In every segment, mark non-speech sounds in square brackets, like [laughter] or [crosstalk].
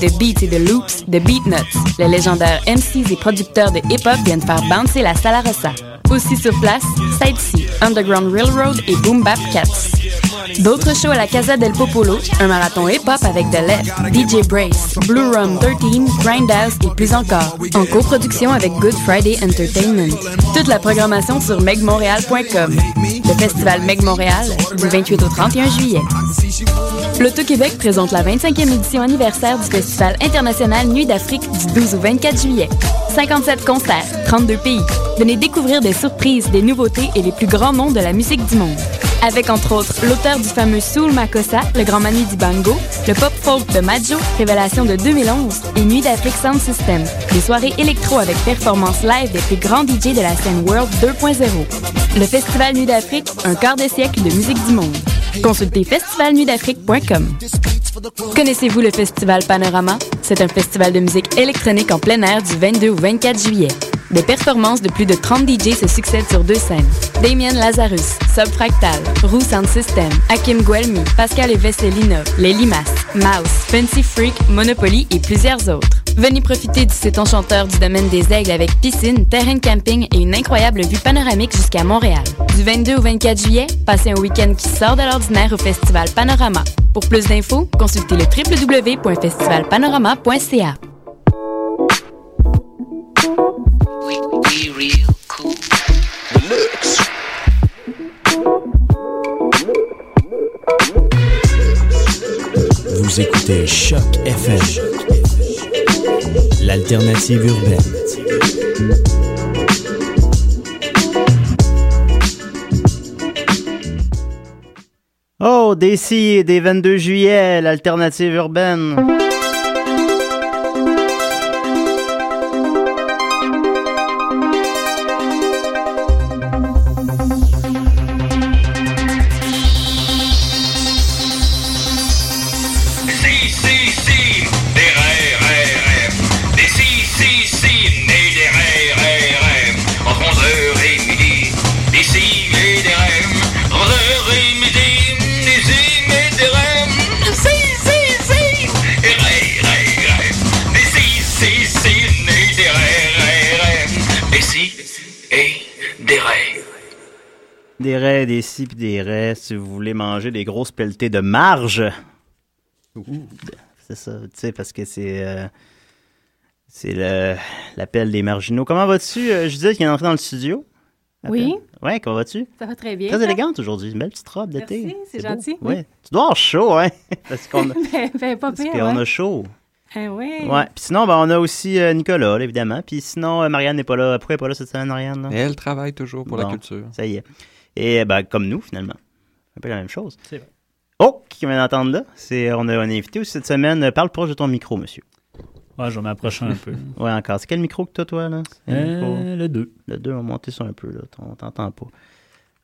de beats et de loops de Beatnuts. Les légendaires MCs et producteurs de hip-hop viennent faire bouncer la Sala Rossa. Aussi sur place, Sightsee, Underground Railroad et Boom Bap Cats. D'autres shows à la Casa del Popolo, un marathon hip-hop avec The Left, DJ Brace, Blue Rum 13, Grindhouse et plus encore, en coproduction avec Good Friday Entertainment. Toute la programmation sur megmontréal.com. Le festival Meg Montréal, du 28 au 31 juillet. L'Auto-Québec présente la 25e édition anniversaire du Festival international Nuit d'Afrique du 12 au 24 juillet. 57 concerts, 32 pays. Venez découvrir des surprises, des nouveautés et les plus grands noms de la musique du monde. Avec entre autres l'auteur du fameux Soul Makossa, le grand mani du bango, le pop folk de Majo, Révélation de 2011 et Nuit d'Afrique Sound System. Des soirées électro avec performances live des plus grands DJ de la scène World 2.0. Le Festival Nuit d'Afrique, un quart de siècle de musique du monde. Consultez festivalnuitdafrique.com. Connaissez-vous le Festival Panorama? C'est un festival de musique électronique en plein air du 22 au 24 juillet. Des performances de plus de 30 DJ se succèdent sur deux scènes. Damien Lazarus, Subfractal, Roux Sound System, Hakim Guelmi, Pascal et Vesselinov, Les Limaces, Mouse, Fancy Freak, Monopoly et plusieurs autres. Venez profiter du site enchanteur du domaine des Aigles avec piscine, terrain de camping et une incroyable vue panoramique jusqu'à Montréal. Du 22 au 24 juillet, passez un week-end qui sort de l'ordinaire au Festival Panorama. Pour plus d'infos, consultez le www.festivalpanorama.ca. Vous écoutez Choc FM, l'alternative urbaine. Oh, DC et des 22 juillet, l'alternative urbaine. Si, si, si, des RRRF. Des si, si, si, nés des RRRF. Entre 11h et midi, des si et des REM. Entre 11h et midi, des si et des REM. Si, si, si, des RRRF. Des si, si, si, nés des RRRF. Des si et des RRRF. Des raies, des si pis des raies, si vous voulez manger des grosses pelletées de marge. C'est ça, tu sais, parce que c'est. euh, c'est le- l'appel des marginaux. Comment vas-tu, euh, Judith, qui est entrée dans le studio? Oui, Ouais, comment vas-tu? ça va très bien. Très élégante aujourd'hui, une belle petite robe d'été. Merci, c'est beau. gentil, oui. Ouais. Tu dois avoir chaud, hein? [laughs] Parce qu'on [laughs] a, ben, ben, pas parce pire, qu'on ouais. a chaud. Eh oui. Ouais. Puis sinon, ben, on a aussi euh, Nicolas, là, évidemment. Puis sinon, euh, Marianne n'est pas là. Pourquoi elle n'est pas là cette semaine, Marianne? là? Mais elle travaille toujours pour la Bon, culture. Ça y est. Et ben, comme nous, finalement. Un peu la même chose. C'est vrai. Oh, qui vient d'entendre là, c'est on a un invité aussi cette semaine. Euh, Parle proche de ton micro, monsieur. Ouais, je vais [laughs] m'approcher un peu. Ouais, encore. C'est quel micro que t'as, toi, là? C'est quel micro? Euh, le 2. Le 2, on va monter ça un peu, là. On t'entend pas.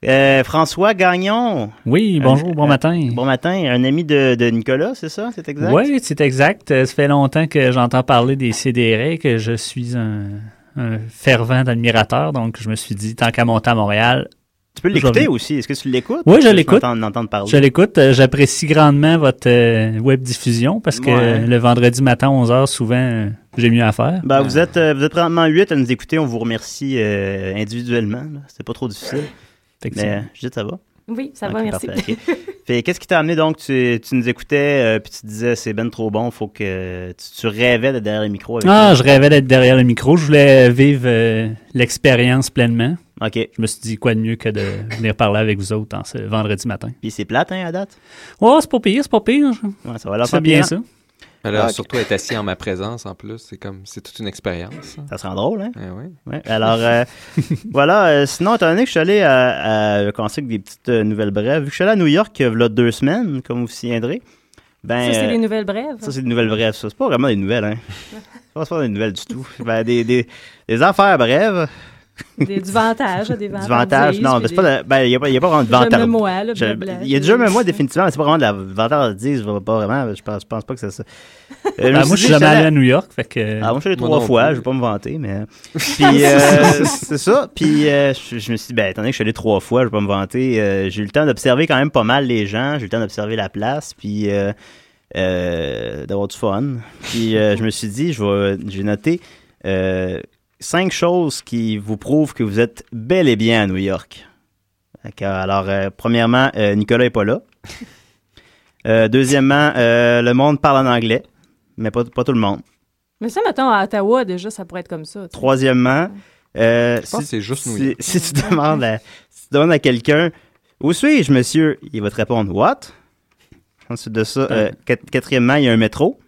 Euh, François Gagnon, Oui, bonjour, bon euh, matin. bon matin. Un ami de, de Nicolas, c'est ça? C'est exact? Oui, c'est exact. Euh, Ça fait longtemps que j'entends parler des CDR, que je suis un, un fervent admirateur, donc je me suis dit, tant qu'à monter à Montréal, Tu peux l'écouter J'en ai- aussi. Est-ce que tu l'écoutes? Oui, je Est-ce que l'écoute. Tu entends- entends parler. je l'écoute. Euh, J'apprécie grandement votre euh, web diffusion parce que Ouais. le vendredi matin, 11h, souvent, euh, j'ai mieux à faire. Ben, vous êtes, euh, vous êtes présentement 8 à nous écouter. On vous remercie euh, individuellement. là. C'était pas trop difficile. Fait que Mais euh, Judith, ça va? Oui, ça Ok, va, merci. parfait, ok. [laughs] Fait, qu'est-ce qui t'a amené donc? Tu, tu nous écoutais, euh, puis tu disais c'est ben trop bon, faut que tu, tu rêvais d'être derrière les micros avec Ah, je rêvais d'être derrière le micro. Je voulais vivre euh, l'expérience pleinement. nous. OK. Je me suis dit, quoi de mieux que de venir parler avec vous autres en ce vendredi matin. Puis c'est plate, hein, à date? Oh, c'est pas pire, c'est pas pire. Ouais, ça va leur C'est faire bien bien. ça. Alors, Ah, ok. surtout être assis en ma présence, en plus, c'est comme, c'est toute une expérience. hein. Ça sera drôle, hein? Eh oui. Ouais. Alors, [laughs] euh, voilà. euh, sinon, étant donné que je suis allé à, à- je commence avec des petites euh, nouvelles brèves. Vu que je suis allé à New York, euh, v'là deux semaines, comme vous vous souviendrez, ben. Ça, c'est euh, les nouvelles brèves. Ça, c'est des nouvelles brèves, ça. C'est pas vraiment des nouvelles, [laughs] hein. C'est pas- c'est pas des nouvelles du tout. Ben, des, des, des affaires brèves. Des- du vantage, des [laughs] vantages. du vantage. Non, mais c'est pas. la- Ben, il n'y a, pas- y a pas vraiment de J'aime vantage. le moi, là, Je- blabla. Il y a déjà même moi, définitivement, mais c'est pas vraiment de la vantardise, je vois pas vraiment, je pense, je pense pas que c'est [laughs] ça. Euh, je me Ah, moi, je dit, suis jamais j'étais allé allé- à New York, fait que... Ah, moi, je suis allé Euh, Moi trois non fois, plus. je vais pas me vanter, mais. hein. [laughs] Puis, euh, [laughs] c'est ça. Puis, euh, je, je me suis dit, ben, étant donné que je suis allé trois fois, je vais pas me vanter. euh, j'ai eu le temps d'observer quand même pas mal les gens, j'ai eu le temps d'observer la place, puis. euh, euh, d'avoir du fun. Puis euh, je me suis dit, je vais- j'ai noté euh, cinq choses qui vous prouvent que vous êtes bel et bien à New York. Fait que, Alors, euh, premièrement, euh, Nicolas n'est pas là. Euh, deuxièmement, euh, le monde parle en anglais, mais pas, pas tout le monde. Mais ça, mettons, à Ottawa, déjà, ça pourrait être comme ça. tu sais. Troisièmement, euh, Je pense que c'est juste New si, York. si tu demandes à, si tu demandes à quelqu'un Où suis-je, monsieur Il va te répondre What Ensuite de ça, euh, quat- quatrièmement, il y a un métro.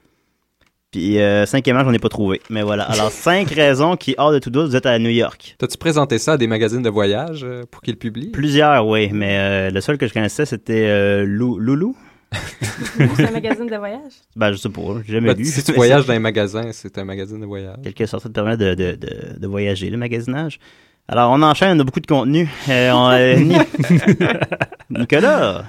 Puis euh, cinquièmement, j'en ai pas trouvé. Mais voilà. [laughs] Alors, cinq raisons qui, hors de tout doute, vous êtes à New York. T'as-tu présenté ça à des magazines de voyage euh, pour qu'ils le publient? Plusieurs, oui, mais euh, le seul que je connaissais, c'était euh, Lou- Loulou. C'est [laughs] un magazine de voyage. Ben, je sais pas, j'ai jamais Ben, lu. si tu voyages dans un magasin, c'est un magazine de voyage. Quelque sorte, ça te permet de, de- de- de voyager, le magasinage. Alors, on enchaîne, on a beaucoup de contenu. Euh, on- [laughs] euh, Ni- [laughs] Nicolas,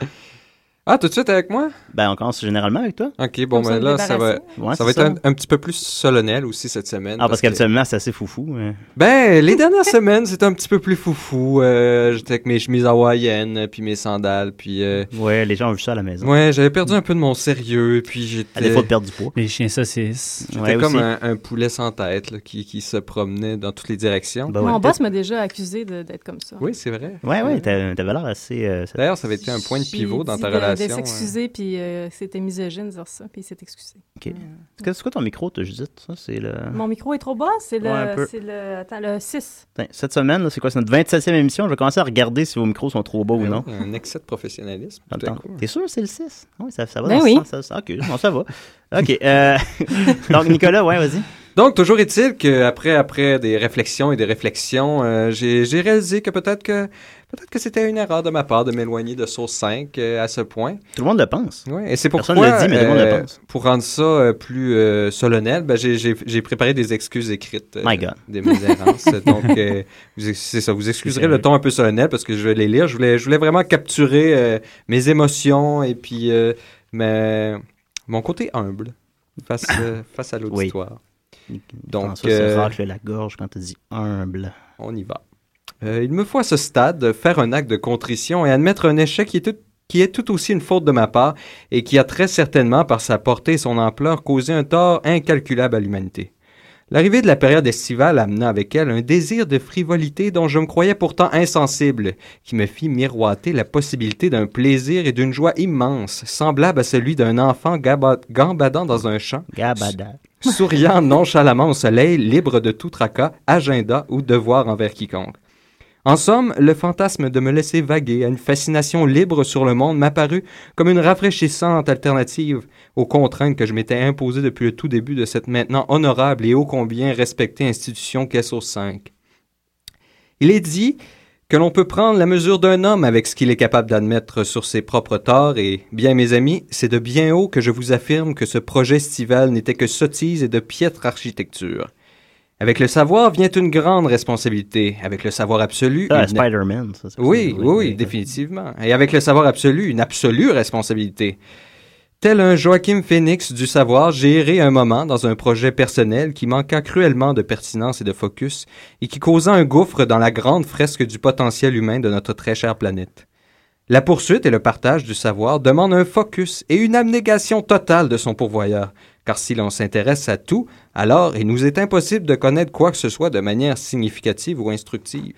Ah, tout de suite avec moi? ben, on commence généralement avec toi. Ok, bon, Comme ça, ben me là, ça va, débarrasser. Ouais, ça va c'est être un, un petit peu plus solennel aussi cette semaine. Ah, parce que- qu'habituellement, c'est assez foufou. euh. Ben, les dernières [laughs] semaines, c'était un petit peu plus foufou. Euh, J'étais avec mes chemises hawaïennes, puis mes sandales, puis... euh, Ouais, les gens ont vu ça à la maison. Ouais, j'avais perdu un peu de mon sérieux, puis j'étais... À défaut de perdre du poids. Les chiens saucisses. J'étais Ouais, comme aussi. un, un poulet sans tête là, qui, qui se promenait dans toutes les directions. Ben ouais. Mon boss m'a déjà accusé de- d'être comme ça. Oui, c'est vrai. Ouais, ouais, t'as- t'avais l'air assez. euh, ça- D'ailleurs, ça avait été un point de J'ai pivot dans dit ta de- relation. De hein. s'excuser, puis euh, c'était misogyne de dire ça, puis il s'est excusé. ok. C'est quoi- c'est quoi ton micro, t'as Judith Ça, c'est le. Mon micro est trop bas, c'est le, Ouais, un peu. c'est le, attends, le 6. Attends, Cette semaine, là, c'est quoi C'est notre 27e émission. Je vais commencer à regarder si vos micros sont trop bas ou Ben non. oui, Un excès de professionnalisme. tout à Attends, coup. T'es sûr, c'est le 6 Oui, ça, ça va Ben dans ce oui. sens, ça- ça- ok, bon, ça va. Ok. euh, [laughs] Donc, Nicolas, ouais, vas-y. Donc, toujours est-il qu'après après des réflexions et des réflexions, euh, j'ai j'ai réalisé que peut-être que peut-être que c'était une erreur de ma part de m'éloigner de Sauce 5 euh, à ce point. Tout le monde le pense. Ouais, et c'est pourquoi, Personne ne le dit, mais tout le monde le pense. Pour rendre ça euh, plus euh, solennel, ben, j'ai- j'ai j'ai préparé des excuses écrites euh, My God. de [laughs] mes errances. Donc, euh, vous ex- c'est ça, vous excuserez le ton un peu solennel parce que je vais les lire. Je voulais, je voulais vraiment capturer euh, mes émotions et puis euh, ma- mon côté humble [laughs] face, euh, face à l'auditoire. Donc, Attends, ça, c'est euh, rare que j'ai la gorge quand tu dis humble. On y va. Euh, il me faut à ce stade faire un acte de contrition et admettre un échec qui est tout qui est tout aussi une faute de ma part et qui a très certainement, par sa portée et son ampleur, causé un tort incalculable à l'humanité. L'arrivée de la période estivale amena avec elle un désir de frivolité dont je me croyais pourtant insensible, qui me fit miroiter la possibilité d'un plaisir et d'une joie immense, semblable à celui d'un enfant gaba- gambadant dans un champ, Gabada. souriant nonchalamment au soleil, libre de tout tracas, agenda ou devoir envers quiconque. En somme, le fantasme de me laisser vaguer à une fascination libre sur le monde m'apparut comme une rafraîchissante alternative aux contraintes que je m'étais imposées depuis le tout début de cette maintenant honorable et ô combien respectée institution qu'est Sauce 5. Il est dit que l'on peut prendre la mesure d'un homme avec ce qu'il est capable d'admettre sur ses propres torts et, bien mes amis, c'est de bien haut que je vous affirme que ce projet estival n'était que sottise et de piètre architecture. Avec le savoir vient une grande responsabilité, avec le savoir absolu... Ah, une- Spider-Man, ça. c'est- oui, oui, oui, définitivement. Et avec le savoir absolu, une absolue responsabilité. Tel un Joachim Phoenix du savoir, j'ai erré un moment dans un projet personnel qui manqua cruellement de pertinence et de focus et qui causa un gouffre dans la grande fresque du potentiel humain de notre très chère planète. La poursuite et le partage du savoir demandent un focus et une abnégation totale de son pourvoyeur, car si l'on s'intéresse à tout, alors il nous est impossible de connaître quoi que ce soit de manière significative ou instructive.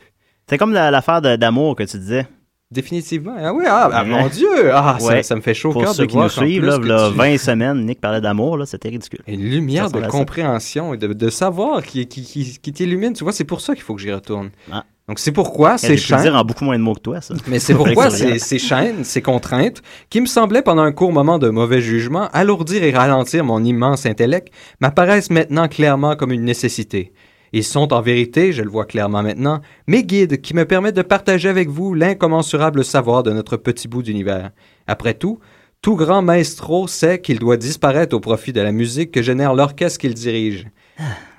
C'est comme la- l'affaire de- d'amour que tu disais. Définitivement. Ah oui, ah, ah, Ouais. mon Dieu! Ah, ça- Ouais. ça, me fait chaud au Pour cœur ceux de qui nous voir qu'en suivent, plus là, que v'là tu- 20 semaines, Nick parlait d'amour, là, c'était ridicule. Une lumière Ça de ressemble à ça. compréhension et de, de savoir qui, qui, qui, qui t'illumine. Tu vois, c'est pour ça qu'il faut que j'y retourne. Ah. Donc, c'est pourquoi C'est ces cher. chaînes... dire en beaucoup moins de mots que toi, [laughs] ça. Mais c'est pourquoi Faudrait que ces, ça ces chaînes, ces contraintes, qui me semblaient pendant un court moment de mauvais jugement alourdir et ralentir mon immense intellect, m'apparaissent maintenant clairement comme une nécessité. Ils sont en vérité, je le vois clairement maintenant, mes guides qui me permettent de partager avec vous l'incommensurable savoir de notre petit bout d'univers. Après tout, tout grand maestro sait qu'il doit disparaître au profit de la musique que génère l'orchestre qu'il dirige.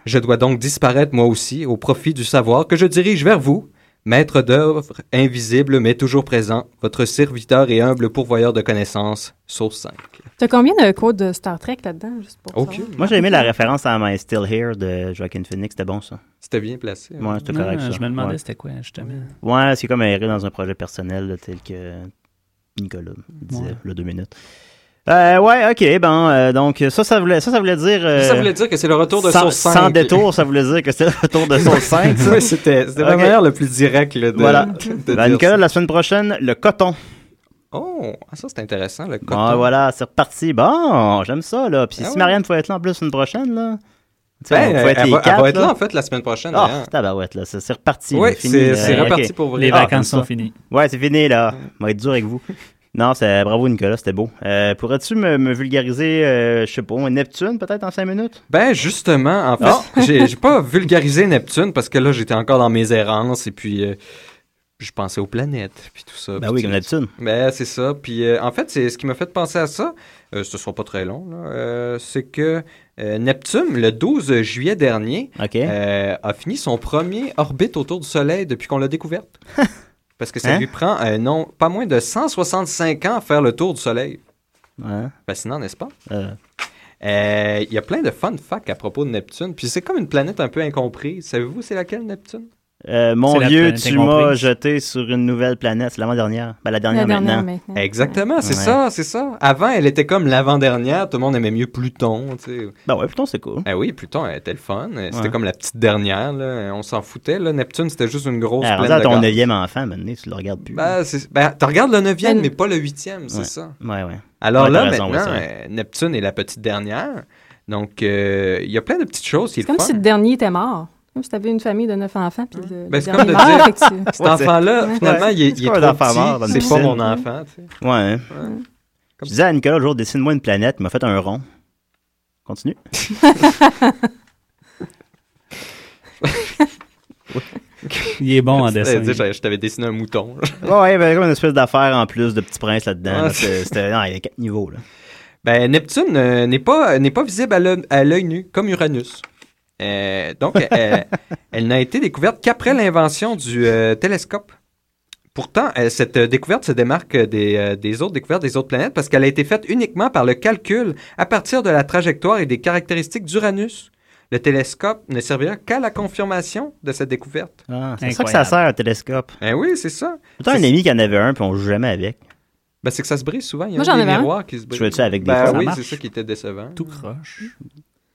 Je dois donc disparaître moi aussi au profit du savoir que je dirige vers vous, maître d'œuvre invisible mais toujours présent, votre serviteur et humble pourvoyeur de connaissances, sauce 5. T'as combien de codes de Star Trek là-dedans, juste pour Ok. savoir? Moi, j'ai aimé la référence à My Still Here de Joaquin Phoenix, c'était bon ça. C'était bien placé. hein. Moi, c'était Non, correct. ça. je me demandais Ouais. c'était quoi, justement. Ouais, c'est comme errer dans un projet personnel là, tel que Nicolas disait, Ouais. le deux minutes. Euh, ouais, ok, bon, euh, donc ça, ça voulait, ça, ça voulait dire... euh, Ça voulait dire que c'est le retour de sans, Source 5. sans [laughs] détour, ça voulait dire que c'était le retour de Source 5. ça. Oui, c'était c'était la Ok. manière la plus directe là, de, Voilà. de Ben, dire Nicolas, ça. la semaine prochaine, le coton. Oh, ah, ça c'est intéressant, le coton. Bon, voilà, c'est reparti. Bon, j'aime ça, là. Puis Ah si ouais. Marianne faut être là en plus la semaine prochaine, là... Tu sais, Ben, on elle, faut être elle les va, elle quatre, va être là, là. en fait, la semaine prochaine. Ah, hein. tabarouette, là, c'est c'est reparti. Oui, là, fini, c'est là. c'est Ok. reparti pour vrai. Les Ah, vacances comme sont ça. finies. Ouais, c'est fini, là. On va être dur avec vous. Non, c'est bravo, Nicolas, c'était beau. Euh, Pourrais-tu me, me vulgariser, euh, je sais pas, Neptune, peut-être, en 5 minutes? Ben justement, en fait, Ah. j'ai j'ai pas vulgarisé Neptune parce que là j'étais encore dans mes errances et puis euh, je pensais aux planètes puis tout ça. Ben Puis oui, tu- comme Neptune. Ben c'est ça. Puis euh, en fait, c'est ce qui m'a fait penser à ça. euh, ce sera pas très long. là, euh, c'est que euh, Neptune, le 12 juillet dernier, OK. euh, a fini son premier orbite autour du Soleil depuis qu'on l'a [laughs] découverte. Parce que ça Hein? lui prend euh, non pas moins de 165 ans à faire le tour du Soleil. Ouais. Fascinant, n'est-ce pas? Euh, Euh, Il y a plein de fun facts à propos de Neptune. Puis c'est comme une planète un peu incomprise. Savez-vous c'est laquelle, Neptune? euh, mon C'est la vieux, planète tu m'as incomprise. jeté sur une nouvelle planète. C'est l'avant-dernière. Ben, la dernière La maintenant. dernière maintenant. Exactement, c'est Ouais. ça, c'est ça. Avant, elle était comme l'avant-dernière. Tout le monde aimait mieux Pluton. tu sais. Ben ouais, plutôt, c'est cool. Ah oui, Pluton, elle était le fun. euh, C'était Ouais. comme la petite dernière. là. On s'en foutait. Là. Neptune, c'était juste une grosse Ah, rendu à planète. ton de gaz. neuvième enfant, maintenant, tu le regardes plus. Ben, c'est- ben, tu regardes le neuvième, Ben- mais pas le huitième, c'est Ouais. ça. ouais, ouais. Alors Ouais, là, t'as raison, maintenant, ouais, c'est euh, Neptune est la petite dernière. Donc, euh, il y a plein de petites choses qui est C'est comme le fun. si le dernier était mort. Comme si t'avais une famille de neuf enfants, puis le, Ben, le c'est comme dernier de dire- meurt, fait que tu- Cet enfant-là, Ouais. finalement, il est, il est C'est trop comme un enfant mort dans petit. une C'est pas piscine. mon enfant. tu sais. Ouais. hein. Je disais à Nicolas l'autre jour, dessine-moi une planète. Il m'a fait un rond. Continue. Il est bon en dessin. C'est-à-dire, Je, je t'avais dessiné un mouton. là. Ouais, ouais, il y avait comme une espèce d'affaire en plus de petit prince là-dedans. Ah, là. C'était, c'était- non, il y avait quatre niveaux. Là. Ben, Neptune euh, n'est pas, n'est pas visible à l'œil- à l'œil nu, comme Uranus. Euh, donc, [laughs] euh, elle n'a été découverte qu'après l'invention du euh, télescope. Pourtant, euh, cette euh, découverte se démarque des, euh, des autres découvertes des autres planètes parce qu'elle a été faite uniquement par le calcul à partir de la trajectoire et des caractéristiques d'Uranus. Le télescope ne servira qu'à la confirmation de cette découverte. Ah, c'est Incroyable. ça que ça sert un télescope. Ben oui, c'est ça. Pourtant, un C'est- ami qui en avait un, puis on joue jamais avec. Ben, c'est que ça se brise souvent. Il y a Moi, des j'en avais un. miroirs qui se brisent. jouais-tu avec des Ben fois, ça oui, marche? c'est ça qui était décevant. Tout croche.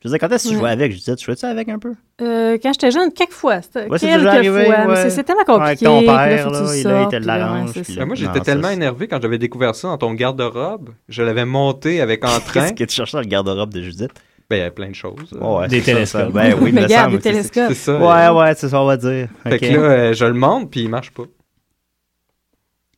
Je disais, quand est-ce que tu Ouais. jouais avec Je disais, tu jouais-tu avec un peu Euh, quand j'étais jeune, quelques fois. C'était Ouais, c'est quelques déjà arrivé, fois. mais ouais. c'est- c'est tellement Ouais, avec compliqué. ton puis là, père, faut que tu là, il- sortes, là, il te puis là, ouais, l'arrange, c'est puis ça. là- Ben, moi, Non, j'étais ça, tellement c'est- énervé quand j'avais découvert ça dans ton garde-robe. Je l'avais [laughs] monté avec entrain. Qu'est-ce que tu cherchais dans le garde-robe de Judith Ben, il y avait plein de choses. Ouais, ouais, Des c'est ça, télescopes. ça. Ben oui, [laughs] Mais il me regarde, semble, des c'est- télescopes. C'est ça. Ouais, euh, ouais, c'est ça, on va dire. Fait Ok. que là, euh, je le monte, puis il marche pas.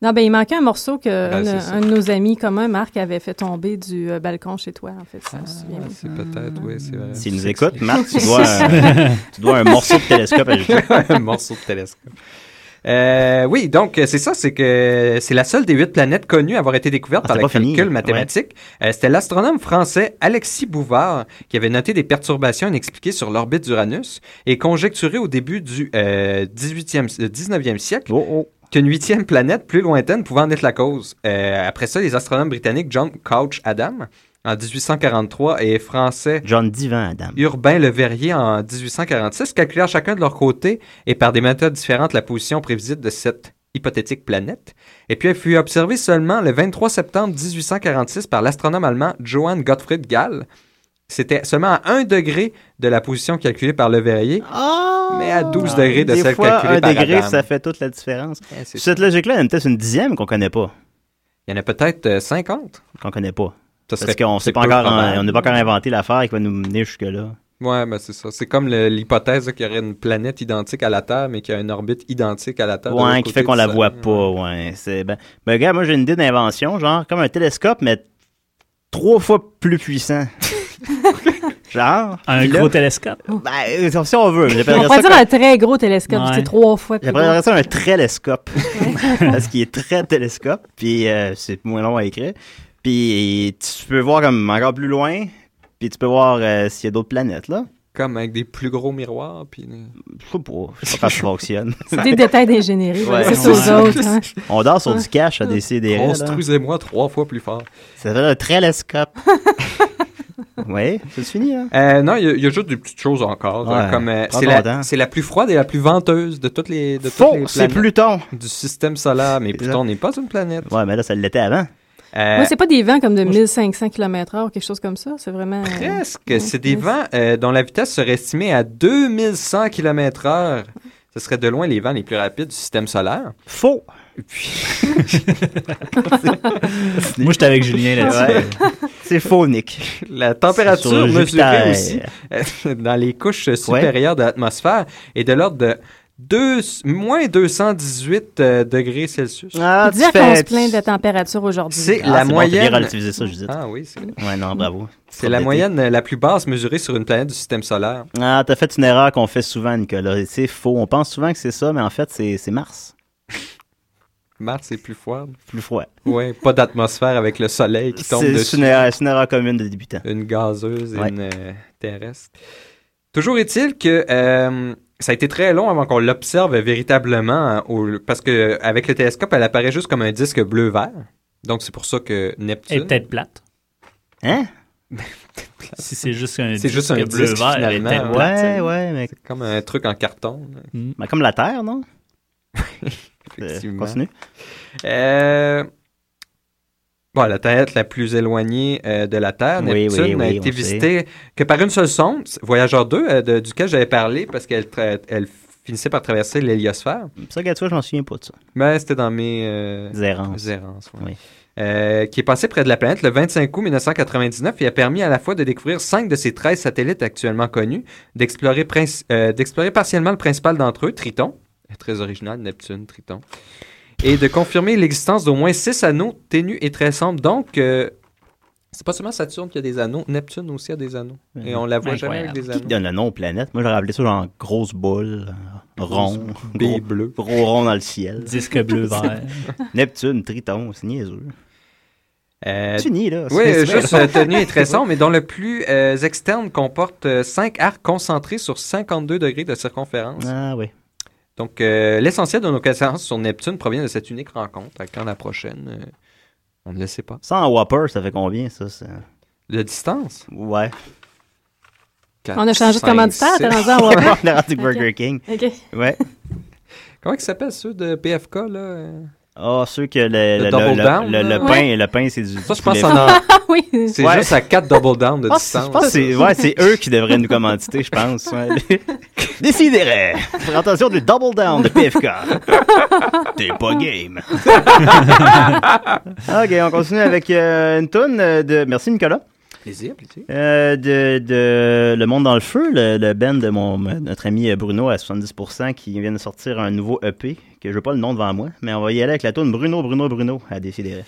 Non, ben, il manquait un morceau que un, c'est ça. un de nos amis communs, Marc, avait fait tomber du euh, balcon chez toi, en fait. si je me souviens Ah, bien. Ah, C'est peut-être, oui, c'est vrai. S'il nous écoute, Marc, tu dois, un, tu dois un morceau de télescope à Judith. [laughs] un morceau de télescope. Euh, oui, donc euh, c'est ça, c'est que euh, c'est la seule des huit planètes connues à avoir été découverte Ah, par c'est le pas fini. calcul mathématique. Euh, C'était l'astronome français Alexis Bouvard qui avait noté des perturbations inexpliquées sur l'orbite d'Uranus et conjecturé au début du euh, 18e, euh, 19e siècle Oh, oh. qu'une huitième planète plus lointaine pouvait en être la cause. Euh, après ça, les astronomes britanniques John Couch Adam en 1843 et français John Divan, Adam. Urbain Le Verrier en 1846 calculèrent chacun de leur côté et par des méthodes différentes la position prévisible de cette hypothétique planète. Et puis elle fut observée seulement le 23 septembre 1846 par l'astronome allemand Johann Gottfried Gall. C'était seulement à 1 degré de la position calculée par Le Verrier, Oh! mais à 12 degrés de Des celle fois, calculée un par degré, Adam. ça fait toute la différence. Eh, c'est- Cette logique-là, il y en a peut-être une dixième qu'on connaît pas. Il y en a peut-être euh, 50. Qu'on connaît pas. Ça Parce serait- qu'on c'est sait pas peu encore, hein, probable. on n'a pas encore inventé l'affaire qui va nous mener jusque-là. Ouais, ben c'est ça. C'est comme le- l'hypothèse là, qu'il y aurait une planète identique à la Terre, mais qui a une orbite identique à la Terre. de l'autre Ouais, qui côté fait qu'on du la Soleil. voit pas, ouais. C'est, ben, ben, regarde, moi, j'ai une idée d'invention, genre, comme un télescope, mais trois fois plus [laughs] puissant. genre. Un puis là, gros télescope. Ben, euh, si on veut. mais J'appellerais On pourrait ça, dire un très gros télescope, Ouais. c'est trois fois comme- plus gros. j'appellerais ça un télescope. [laughs] parce qu'il est très télescope, puis euh, c'est moins long à écrire. Puis tu peux voir comme encore plus loin, puis tu peux voir euh, s'il y a d'autres planètes, là. Comme avec des plus gros miroirs, puis... Je sais pas, je [laughs] sais pas comment ça fonctionne. C'est des détails d'ingénierie, Ouais, Eh c'est ça ouais. aux [laughs] autres. hein. On dort sur du cash à des CDR. Construisez-moi trois fois plus fort. Ça fait un [laughs] télescope. oui, c'est fini, là. Euh, non, il y, a- il y a juste des petites choses encore. hein, Ouais, comme euh, prends c'est, ton la, temps. c'est la plus froide et la plus venteuse de toutes les, de toutes Faux, les c'est planètes Pluton. du système solaire. Mais C'est Pluton n'est pas une planète. Ouais, mais là, ça l'était avant. Euh, Moi, c'est pas des vents comme de 1500 km/h ou quelque chose comme ça. C'est vraiment. euh, Presque. ouais, C'est des ouais, vents euh, dont la vitesse serait estimée à 2100 km/h. Ce serait de loin les vents les plus rapides du système solaire. [laughs] Faux. Et puis, Moi, j'étais avec Julien là-dessus. Ouais. c'est faux, Nick. la Sur température Jupiter. mesurée aussi [laughs] euh, dans les couches supérieures de l'atmosphère est de l'ordre de deux- moins 218 euh, degrés Celsius. Ah, tu Dire qu'on fais- se plaint de la température aujourd'hui. C'est Ah, la c'est bon, t'as bien moyenne. relativisé ça, Judith. ah oui, c'est vrai. Ouais, non, bravo. C'est la Trop moyenne euh, la plus basse mesurée sur une planète du système solaire. Ah, t'as fait une erreur qu'on fait souvent, Nicolas. Et C'est faux. On pense souvent que c'est ça, mais en fait, c'est c'est Mars. Mars est plus froide. Plus froid. Oui, pas d'atmosphère avec le soleil qui tombe C'est c'est dessus. une, erreur- c'est une erreur commune de débutants. une gazeuse et Ouais. une euh, terrestre. Toujours est-il que euh, ça a été très long avant qu'on l'observe véritablement, hein, au- parce que euh, avec le télescope, elle apparaît juste comme un disque bleu-vert. Donc c'est pour ça que Elle est Neptune. peut-être plate. Hein? Si c'est juste un C'est juste un disque, bleu-vert, elle est finalement, Ah, ouais. peut-être plate. Ouais, celle-là. ouais, mais C'est comme un truc en carton. là, mais Ben, comme la Terre, non? Euh, effectivement. continue. Euh, Bon, la planète la plus éloignée euh, de la Terre, Oui, Neptune, oui, oui, a on été sait. visitée que par une seule sonde, Voyageur 2, euh, de- duquel j'avais parlé, parce qu'elle tra- elle finissait par traverser l'héliosphère. Ça, gars, tu vois, je m'en souviens pas de ça. Mais c'était dans mes... euh, Des errances. Zérance, oui. Oui. Euh, qui est passé près de la planète le 25 août 1999 et a permis à la fois de découvrir cinq de ses 13 satellites actuellement connus, d'explorer princi- euh, d'explorer partiellement le principal d'entre eux, Triton, Euh, très original, Neptune, Triton, et de confirmer l'existence d'au moins six anneaux ténus et très sombres. Donc, euh, c'est pas seulement Saturne qui a des anneaux, Neptune aussi a des anneaux. Et on la voit jamais avec Incroyable. des Qui anneaux. donne le nom aux planètes? Moi, j'aurais appelé ça genre grosse boule, euh, rond, B gros, bleu. [laughs] gros rond dans le [laughs] ciel. Disque [laughs] bleu-vert. Neptune, Triton, c'est niaiseux. Euh, Tu nies, là. Oui, C'est- euh, c'est- juste euh, tenue [laughs] et très sombre, mais dont le plus euh, externe comporte 5 arcs concentrés sur 52 degrés de circonférence. Ah oui. Donc, euh, l'essentiel de nos connaissances sur Neptune provient de cette unique rencontre. À Quand la prochaine, euh, on ne le sait pas. Sans Whopper, ça fait combien, ça? ça? De distance? Ouais. [laughs] On a changé de Quatre, commanditaire, cinq, t'es six. rendu en On Whopper. est rendu que Burger King. OK. [laughs] Ouais. [laughs] Comment ils s'appellent ceux de PFK, là? euh? Ah, ceux que le, le, double le- le- down, le- là. le pain, Ouais. le pain, c'est du. Ça, je du pense poulet qu'on frit. a... [laughs] Ah oui. C'est Ouais. juste à 4 double down de Oh, Ah, c'est- distance. je pense que c'est ouais, c'est eux qui devraient nous commanditer, je pense. Ouais. [laughs] Décidérez. Présentation du Double Down de PFK. [laughs] T'es pas game. [laughs] ok, on continue avec euh, une toune euh, de. Merci Nicolas. Plaisir, plaisir. Euh, de, de Le Monde dans le Feu, le, le band de mon, m- notre ami Bruno à 70% qui vient de sortir un nouveau EP, que je veux pas le nom devant moi, mais on va y aller avec la tune Bruno, Bruno, Bruno à décider.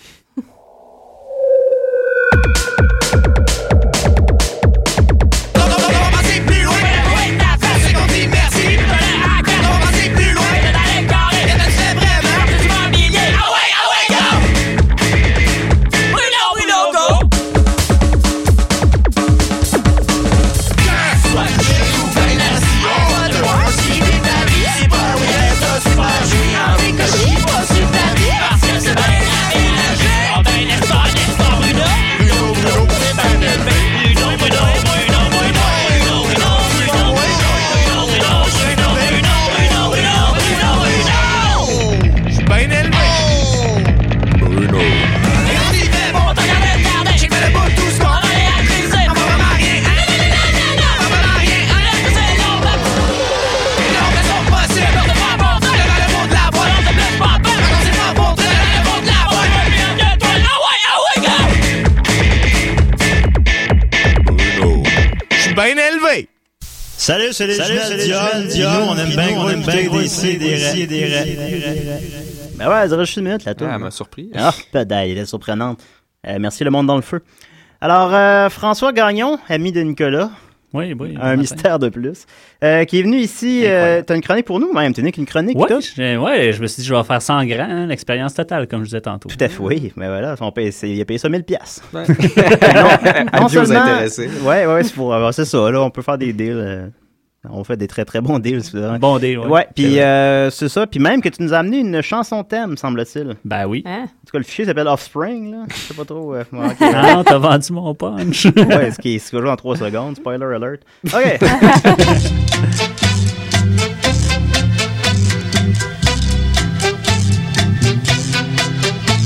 Salut, c'est les Salut, Dion, Dion, on aime bien gros, on aime bien gros, ici, des raies, des Ben ouais, elle durait juste une minute la Ah, tune. elle m'a surpris. Ah, [laughs] pedaille, elle est surprenante. Euh, merci Le Monde dans le Feu. Alors, euh, François Gagnon, ami de Nicolas, Oui, oui. un bon mystère de plus, euh, qui est venu ici. Euh, T'as une chronique pour nous même, t'es né qu'une chronique, toi? matin. Ouais, j'ai- ouais, je me suis dit, je vais faire ça en grand, hein, l'expérience totale, comme je disais tantôt. Tout à fait, oui. Mais voilà, on paye, c'est- il a payé ça 1000 pièces. [laughs] Ouais. non Adieu aux seulement- intéressés. Ouais, ouais, ouais, c'est pour avoir c'est ça. Là, on peut faire des deals. euh, on fait des très très bons deals. c'est vrai. Bon dé, ouais. ouais, C'est puis vrai. euh, c'est ça. Puis même que tu nous as amené une chanson thème, semble-t-il. En Ben oui. Hein? tout cas, le fichier s'appelle Offspring, là. Je sais pas trop. euh, ouais, ok. [laughs] Non, t'as vendu [laughs] mon punch. ouais, ce qui est ce qui joue en 3 secondes. Spoiler alert. OK. [laughs]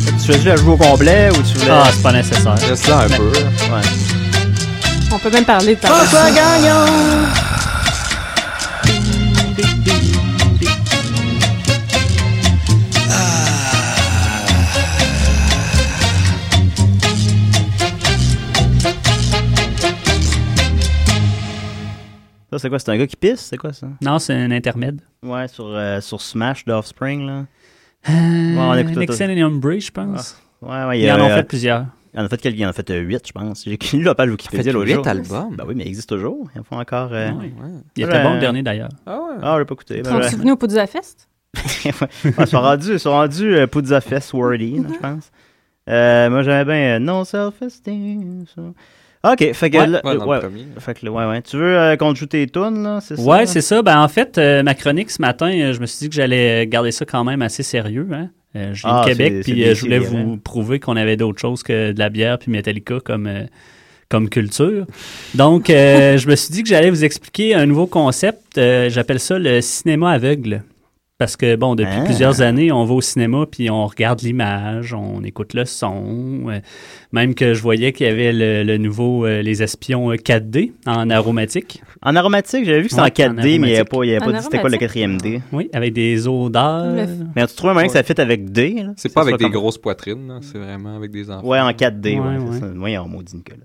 tu tu voulais la jouer au complet ou tu voulais. Ah, c'est pas nécessaire. C'est ça un Mais- peu. Ouais. On peut même parler de ta François Gagnon! Ça, c'est quoi? C'est un gars qui pisse? C'est quoi ça? Non, c'est un intermède. Ouais, sur, euh, sur Smash d'Offspring, là. Euh, on écoute tout- Nixon et Umbre, je pense. Ouais, ouais, il y Ils a, en ont euh, fait plusieurs. il en a fait quelques- il en a fait 8, je pense. J'ai connu la page Wikipédia Fait l'autre huit jour. albums? Ben oui, mais il existe toujours. Ils en font encore. euh, Ouais. Ouais. Il Ouais. était bon le dernier d'ailleurs. Ah ouais. Ah, j'ai pas écouté. ben, Sont je- souvenus au Poudzafest? Fest? [laughs] Ouais, ils sont rendus, ils sont rendus euh, Puzza Fest Worthy, là, je pense. Euh, moi, j'aimais bien euh, No Self-Esteem. ça. Ok, fait que. Ouais, là, ouais, dans le ouais, premier. fait que là, ouais, ouais. Tu veux euh, qu'on te joue tes tunes, là c'est Ouais, ça, c'est ça. Ben, en fait, euh, ma chronique ce matin, euh, je me suis dit que j'allais garder ça quand même assez sérieux. Hein? Euh, je viens Ah, de c'est- Québec, c'est puis bien hein. euh, je voulais sérieux, vous prouver qu'on avait d'autres choses que de la bière puis Metallica comme, euh, comme culture. Donc, euh, [laughs] je me suis dit que j'allais vous expliquer un nouveau concept. Euh, J'appelle ça le cinéma aveugle. Parce que, bon, depuis Ah. plusieurs années, on va au cinéma, puis on regarde l'image, on écoute le son. euh, même que je voyais qu'il y avait le, le nouveau euh, Les Espions euh, 4D en aromatique. En aromatique, j'avais vu que c'était Ouais, en 4D, en mais il n'y a aromatique. Ah. pas, il y avait En pas dit c'était quoi le aromatique. quatrième D. Oui, avec des odeurs. Le f- Mais tu trouves un moyen que ça fit avec D, là C'est que ça pas avec soit des comme- grosses poitrines, là, c'est vraiment avec des enfants. Ouais, en 4D, ouais. Ouais, c'est ouais. ça. Voyons, maudit Nicolas.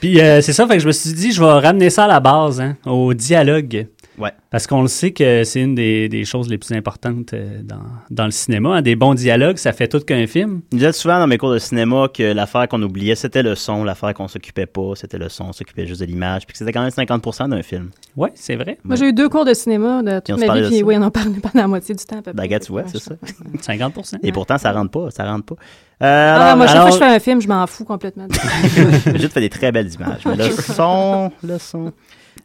Puis euh, c'est ça, fait que je me suis dit, je vais ramener ça à la base, hein, au dialogue. Ouais. Parce qu'on le sait que c'est une des, des choses les plus importantes euh, dans, dans le cinéma. hein. Des bons dialogues, ça fait tout qu'un film. Je disais souvent dans mes cours de cinéma que l'affaire qu'on oubliait, c'était le son, l'affaire qu'on s'occupait pas, c'était le son, on s'occupait juste de l'image, puis que c'était quand même 50% d'un film. Oui, c'est vrai. Moi, j'ai eu deux cours de cinéma de Puis on se toute ma parlait de vie, puis ça. oui, on en parlait pendant la moitié du temps. à peu près. Ben, regarde, tu vois, c'est ça. 50 Et pourtant, ça rentre pas, ça rentre pas. Euh, Ah, moi, chaque alors- fois que je fais un film, je m'en fous complètement. [laughs] Brigitte fait des très belles images. Mais [laughs] le son, le son.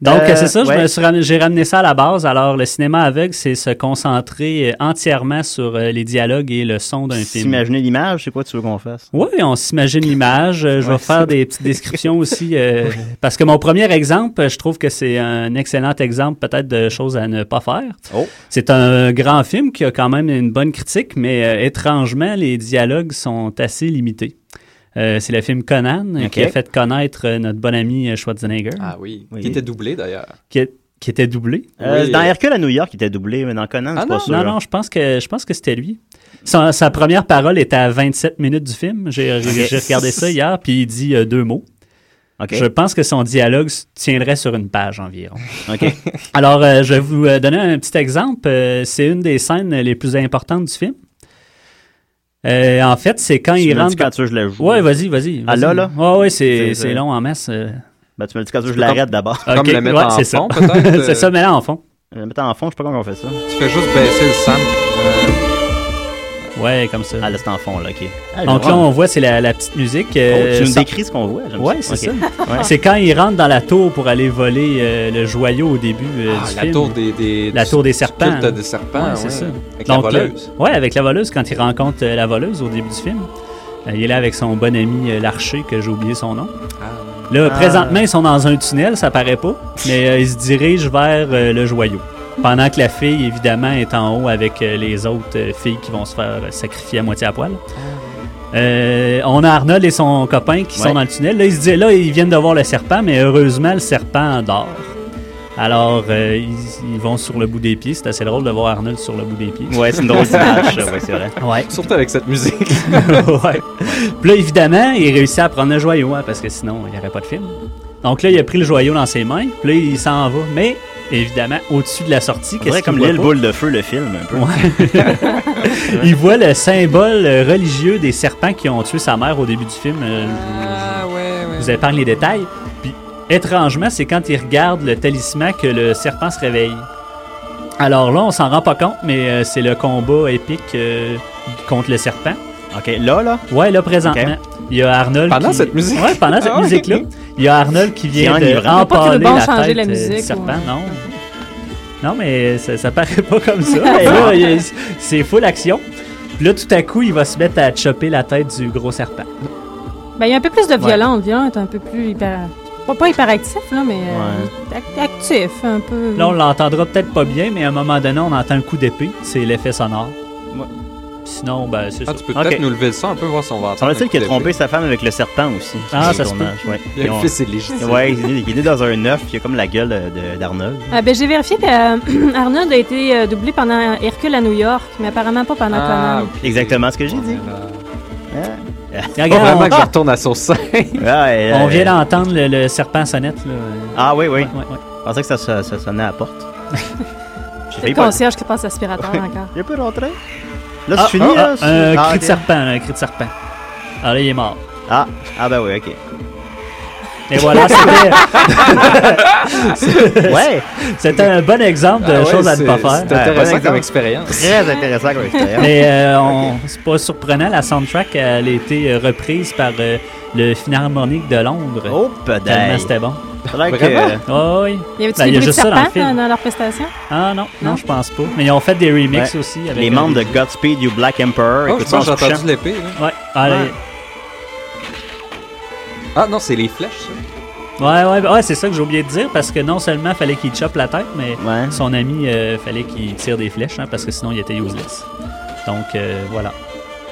Donc, Euh, c'est ça, je ouais. me suis ram- j'ai ramené ça à la base. Alors, le cinéma aveugle, c'est se concentrer euh, entièrement sur euh, les dialogues et le son d'un film. S'imaginer l'image, c'est quoi tu veux qu'on fasse? Oui, on s'imagine l'image. Euh, Je vais faire des petites descriptions aussi. euh, parce que mon premier exemple, euh, je trouve que c'est un excellent exemple peut-être de choses à ne pas faire. Oh. C'est un grand film qui a quand même une bonne critique, mais euh, étrangement, les dialogues sont assez limités. Euh, c'est le film Conan euh, qui Ok. a fait connaître euh, notre bon ami euh, Schwarzenegger, Ah oui. Oui. Qui était doublé d'ailleurs. qui, est- qui était doublé. Euh, Oui. Dans Hercule à New York, il était doublé, mais dans Conan, Ah c'est pas non. sûr. Non, non, je pense que je pense que c'était lui. Sa, sa première parole était à 27 minutes du film. J'ai j'ai regardé ça hier, puis il dit euh, deux mots. OK. Je pense que son dialogue s- tiendrait sur une page environ. [laughs] OK. Alors, euh, je vais vous euh, donner un petit exemple. Euh, c'est une des scènes les plus importantes du film. Euh, en fait, c'est quand tu il me le dis rentre. quand tu veux, je le joue. Ouais, vas-y, vas-y. Ah, vas-y. là, là? Ouais, ouais, C'est- c'est c'est c'est- long en masse. euh. Ben, tu me le dis quand tu veux, je peux l'arrête d'abord. Comme Ok, le mettre ouais, en c'est fond, ça. [laughs] peut-être, euh, c'est ça, mais là, en fond. Je vais le mettre en fond, je sais pas comment on fait ça. Tu fais juste baisser le sample. Ouais, comme ça. Ah, là, c'est en fond, là, OK. Ah, je Donc là, vois. on voit, c'est la, la petite musique. Oh, euh, tu nous ça- décris ce qu'on voit. j'aime Ouais, c'est OK. ça. C'est quand il rentre dans la tour pour aller voler euh, le joyau au début euh, Ah, du la film. tour des, des La du tour des serpents. culte des serpents, Ouais, c'est ouais. ça. Avec Donc, la voleuse. euh, ouais, avec la voleuse, quand il rencontre euh, la voleuse au début du film. Euh, il est là avec son bon ami euh, l'archer, que j'ai oublié son nom. Ah, Là, Ah. présentement, ils sont dans un tunnel, ça paraît pas, mais euh, ils se dirigent vers euh, le joyau. Pendant que la fille, évidemment, est en haut avec euh, les autres euh, filles qui vont se faire euh, sacrifier à moitié à poil. Euh, on a Arnold et son copain qui Ouais. sont dans le tunnel. Là, ils, se disent, là, ils viennent de voir le serpent, mais heureusement, le serpent dort. Alors, euh, ils, ils vont sur le bout des pieds. C'est assez drôle de voir Arnold sur le bout des pieds. Ouais, c'est une drôle d'image, ça, ouais, c'est vrai. Ouais. surtout avec cette musique. [laughs] ouais. Puis là, évidemment, il réussit à prendre le joyau, hein, parce que sinon, il n'y aurait pas de film. Donc là, il a pris le joyau dans ses mains, puis là, il s'en va. Mais, évidemment, au-dessus de la sortie, On qu'est-ce dirait qu'il comme voit hein. l'île pas? boule de feu, le film, un peu. Il voit le symbole euh, religieux des serpents qui ont tué sa mère au début du film. euh, ah ouais, ouais. je vous épargne les détails. Puis, étrangement, c'est quand il regarde le talisman que le serpent se réveille. Alors là, on s'en rend pas compte, mais euh, c'est le combat épique euh, contre le serpent. OK, là, là, Ouais, là, présentement. Il y a Arnold. Pendant qui- cette musique? Ouais, pendant cette Ah ouais. musique-là. Il y a Arnold qui vient C'est de enivrant. Faut pas que empaler le bon la changer tête la euh, musique, du serpent, ouais. non. Non, mais ça, ça paraît pas comme ça. [laughs] Mais là, il y a- c'est full action. Puis là, tout à coup, il va se mettre à chopper la tête du gros serpent. Ben, il y a un peu plus de violent. Le violent est un peu plus hyper. Pas, pas hyperactif, là, mais euh, act- actif, un peu. Là, on l'entendra peut-être pas bien, mais à un moment donné, on entend un coup d'épée. C'est l'effet sonore. Puis Sinon, ben, c'est [laughs] Ah, ça. tu peux Ok. peut-être nous lever le sang un peu, voir si on va entendre. Semble-t-il un qu'il a coup trompé sa femme avec le serpent aussi. sur Ah, le ça se tournage, ouais. d'épée. Ils Le ont- fils est légitime. Ouais, il est, né- il est né dans un œuf, il a comme la gueule euh, de- d'Arnold. Ah, ben, j'ai vérifié que euh, [clears throat] Arnold a été euh, doublé pendant Hercule à New York, mais apparemment pas pendant Ah, Conan. ok. Exactement ce que j'ai dit. Hein? Et Faut regarde, vraiment que je on- retourne à [laughs] son sein. Ouais, on, euh, vient d'entendre le, le serpent sonnette. Là. Ah oui, oui. Ouais, ouais, ouais. Je pensais que ça, ça- ça sonnait à la [laughs] porte. J'ai C'est failli le pas- concierge qui passe l'aspirateur encore. J'ai pu rentrer. Là, Ah, c'est fini, ah, là? ah, c'est- un Ah, cri de ok. serpent, un cri de serpent. Ah là, il est mort. Ah, ah ben oui, [laughs] ok. [laughs] Et voilà, c'était- Ouais, c'était un bon exemple de Ah ouais, choses à ne c'est- pas faire. C'est Ouais, bon intéressant exemple. comme expérience. très intéressant comme expérience. Mais [laughs] euh, on- c'est pas surprenant, la soundtrack, elle a été euh, reprise par euh, le Philharmonique de Londres. Oh, Tellement pedaille. c'était bon. Ça a l'air que- Vraiment? Ah oui. Y avait-tu Ben, il y a des bruits de juste ça dans le serpent film. dans, dans leur prestation? Ah non, non, je pense pas. Mais ils ont fait des remixes Ouais. aussi. Avec les euh, membres de Godspeed You Black Emperor Oh, je écoutent ça en pense que se j'ai couchant. entendu l'épée. hein. là. Ouais, allez. Ah non, c'est les flèches, ça. ouais, ouais, ouais, c'est ça que j'ai oublié de dire parce que non seulement fallait qu'il chope la tête, mais Ouais. son ami euh, fallait qu'il tire des flèches hein, parce que sinon il était useless. Donc euh, voilà,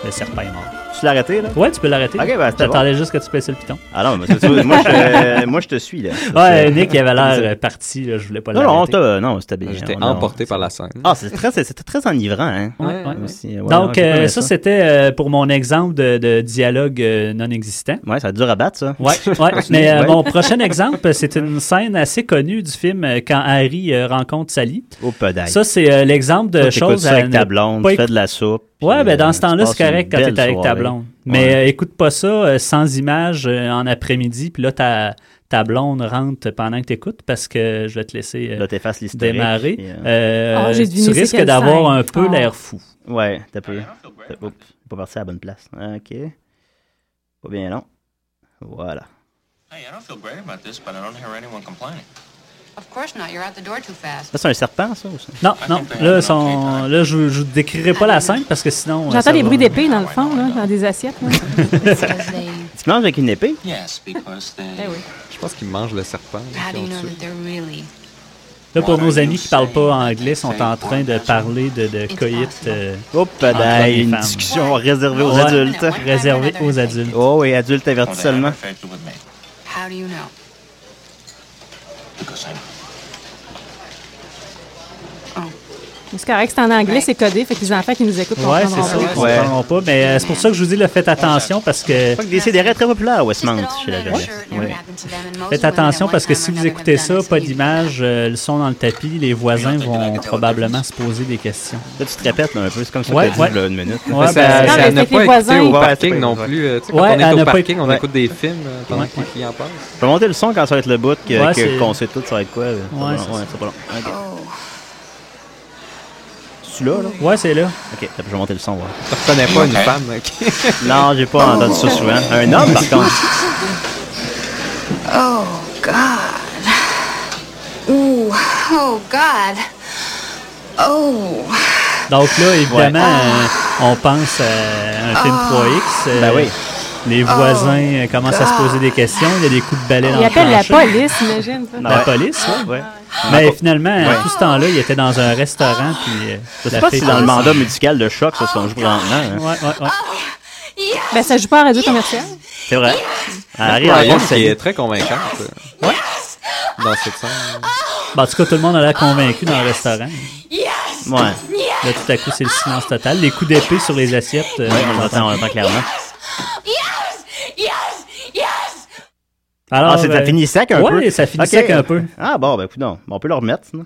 le serpent est mort. Tu l'as arrêté, là? Ouais, tu peux l'arrêter. Ok, ben, c'était J'attendais juste que tu pèses le piton. Ah non, mais c'est- tu vois, moi, [laughs] je, moi, je te suis, là. Ça, Ouais, c'est- Nick il [laughs] avait l'air euh, parti, là, je voulais pas Non, non, on l'arrêter. t'a- Ah, non, c'était bien. J'étais On a- emporté par la scène. Ah, c'était très, c'était très enivrant, hein? Ouais, ouais. Aussi, ouais, non, Donc j'ai pas euh, aimé ça, c'était euh, pour mon exemple de, de dialogue euh, non existant. Ouais, ça dure à battre, ça. [laughs] Ouais, ouais. Mais euh, Ouais. mon prochain exemple, c'est une scène assez connue du film euh, quand Harry euh, rencontre Sally. Oh, pedaille. Ça, c'est euh, l'exemple de Toi, t'écoutes choses ça avec ne ta blonde, pas tu fais de la soupe. puis, Ouais, ben euh, dans ce temps-là, tu c'est passes correct une quand t'es belle avec ta soirée. blonde. Ouais. Mais euh, écoute pas ça euh, sans image euh, en après-midi, puis là, ta, ta blonde rentre pendant que t'écoutes parce que je vais te laisser euh, Là, t'effaces l'historique. démarrer. puis, euh, Euh, Oh, j'ai deviné tu c'est risques quelle d'avoir scène. un peu Oh. l'air fou. Ouais, t'as peu. T'as- Oups, je suis pas parti à la bonne place. Ok. Pas bien long. Voilà. Hey, I don't feel great about this, but I don't hear anyone complaining. Of course not. You're out the door too fast. [laughs] Ça, c'est un serpent, ça, ou ça? Non, non, là, son, là je ne décrirai pas la scène parce que sinon... euh, ça J'entends des va- bruits d'épée dans le fond, là, dans des assiettes. là. Because they. Tu te manges avec une épée? Yes, because they. There we go. Je pense qu'ils mangent le serpent. là, How qui do ont you know tué. that they're really. Là, pour nos amis qui parlent pas anglais, sont en train de parler de, de coït euh, Oh, Entre les padaille, une femmes. discussion réservée aux Ouais. adultes. réservé aux adultes. Oh, oui, adultes avertis Well, they have seulement. affairs with me. How do you know? Because I'm. Mais C'est correct, c'est en anglais, c'est codé, fait que les enfants qui nous écoutent Ouais, c'est comprendront ça, pas. ils comprendront pas. Mais euh, c'est pour ça que je vous dis, là, faites attention parce que... Je crois que des CDR très populaires à Westmount chez la jeunesse. Ouais. Faites Faites attention parce que si vous écoutez ça, pas d'image, euh, le son dans le tapis, les voisins vont probablement se poser des questions. Là, tu te répètes là, un peu, c'est comme ça Ouais, que tu ouais. dit là, une minute. Ouais, Ça- ben, Non, ça mais à ne c'est que les pas écouter voisins- au Ouais, parking c'est non pas- plus. euh, tu sais, Ouais, quand on à est ne au pas parking, on écouter. écoute des films euh, pendant Ouais. que les filles en passent. Je peux monter le son quand ça va être le bout, que- Ouais, que- c'est- qu'on sait tout, ça va être quoi. là. C'est pas Ouais, long, c'est ouais, ça. c'est pas long. Oh. Tu là, là? Ouais, c'est là. Ok, t'as je vais monter le son, ouais. Tu reconnais pas une femme. là, qui- Non, j'ai pas entendu ça souvent. Oh. Un homme, par contre. Oh, God. Ooh, oh, God. Oh. Donc là, évidemment, euh, Ah! on pense à un film 3X. euh, Ben oui. Les voisins euh, commencent à se poser des questions. Il y a des coups de balai dans Ah! Ils le appellent la plancher. police, imagine. ça. La Ouais. Ah! police, ouais. Ouais. Mais finalement, euh, tout ce temps-là, il était dans un restaurant. Puis, euh, Je sais la pas fille si dans le faisait ça. mandat médical de choc, ça, se qu'on joue lentement. hein. Ouais, ouais, ouais. Ben, ça joue pas en radio commerciale. C'est vrai. Ah, Harry, Par Harry, contre, c'est qui est très convaincante. euh, Dans cette scène. Bon, en tout cas, tout le monde a l'air convaincu dans le restaurant. Ouais. Là, tout à coup, c'est le silence total. Les coups d'épée sur les assiettes. euh, Ouais, on l'entend, on l'entend clairement. Alors, Ah, c'est ça euh, finit sec un ouais, peu? ça finit Ok. sec un peu. Ah bon, ben écoute, on peut le remettre. sinon.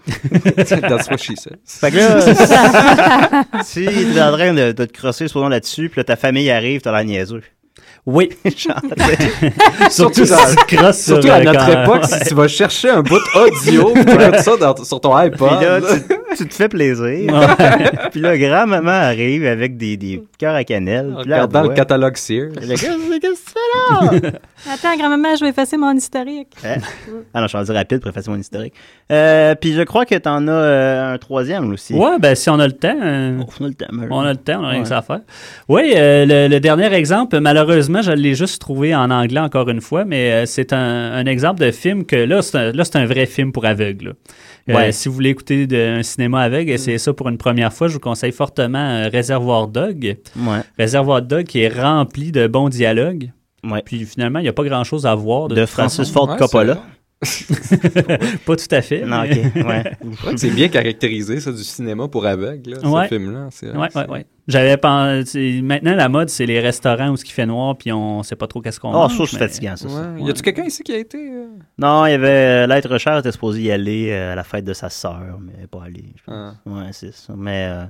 That's what she said. Fait que là, [laughs] si t'es en train de, de te crosser souvent là-dessus, puis là, ta famille arrive, t'as l'air niaiseux. Oui, [laughs] Genre, tu sais. [laughs] surtout si tu crosses sur Surtout à euh, notre quand- époque, ouais. si tu vas chercher un bout audio, tu écoutes ça dans- sur ton Puis là, iPod. tu, tu te fais plaisir. [laughs] puis là, grand-maman arrive avec des, des cœurs à cannelle. En Puis là, elle Regardant Ah, le voit. catalogue Sears. Elle dit, Qu'est-ce qu'est-ce que tu fais là? [laughs] Attends, grand-maman, je vais effacer mon historique. Hein? Ah non, je suis rendu rapide pour effacer mon historique. Euh, puis je crois que t'en as euh, un troisième aussi. Ouais, ben si on a le temps, euh, Oh, on a le temps, mais- on a le temps, on a rien que Ouais. ça à faire. Oui, euh, le, le dernier exemple, malheureusement, je l'ai juste trouvé en anglais encore une fois, mais euh, c'est un, un exemple de film que là, c'est un, là, c'est un vrai film pour aveugles. là. Euh, Ouais. Mm. si vous voulez écouter de- un cinéma aveugle, essayez ça pour une première fois. Je vous conseille fortement euh, Réservoir Dog. Ouais. Réservoir Dog qui est rempli de bons dialogues. Ouais. Puis finalement, il n'y a pas grand-chose à voir. De, De toute Francis façon. Ford Ouais, Coppola. pas tout à fait. Non, mais- ok. Ouais. C'est vrai que c'est bien caractérisé, ça, du cinéma pour aveugles, là, Ouais. ce film-là. C'est- [laughs] Ouais, c'est- ouais, ouais. J'avais pensé. Maintenant, la mode, c'est les restaurants où ce qui fait noir, puis on sait pas trop qu'est-ce qu'on Oh, mange. ça, c'est mais- fatigant, ça. ça. Ouais. Y a-tu quelqu'un ici qui a été. euh, Non, il y avait euh, l'être cher était supposé y aller euh, à la fête de sa sœur, mais elle est pas allé. je pense. ah. Ouais, c'est ça. Mais euh,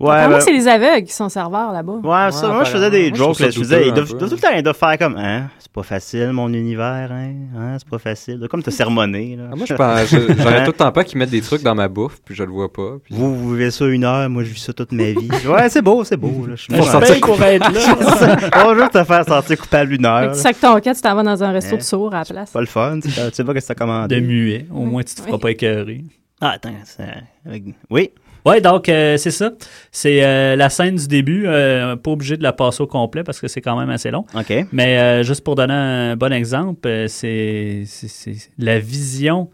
Apparemment, Ah, ouais, ben, c'est les aveugles qui sont serveurs là-bas. ouais, ça, moi je faisais apparemment. des Moi, je jokes trouve ça là, je faisais, douteux ils un doivent, peu. doivent tout le temps, ils doivent faire comme, hein, c'est pas facile mon univers, hein, hein c'est pas facile, de- comme te sermonner là. Ah, moi, je pense- je- [laughs] j'aurais tout le temps pas qu'ils mettent des trucs dans ma bouffe, puis je le vois pas. puis- Vous, vous vivez ça une heure, moi je vis ça toute ma [laughs] vie. Ouais, c'est beau, c'est beau. Là, je suis Je content. paye pour être là. [laughs] On va juste te faire sentir coupable une Fait heure. que là. tu sacs ton cas, tu t'en vas dans un resto Hein? de sourds à la place. C'est pas le fun, tu sais tu sais pas qu'est-ce que t'as commandé. de muet. Ah, Au moins, tu te feras Oui. pas écœurer. Ah, attends, c'est- avec- oui, Ouais, donc euh, c'est ça. C'est euh, la scène du début. euh, pas obligé de la passer au complet parce que c'est quand même assez long. ok. Mais euh, juste pour donner un bon exemple, euh, c'est c'est- c'est la vision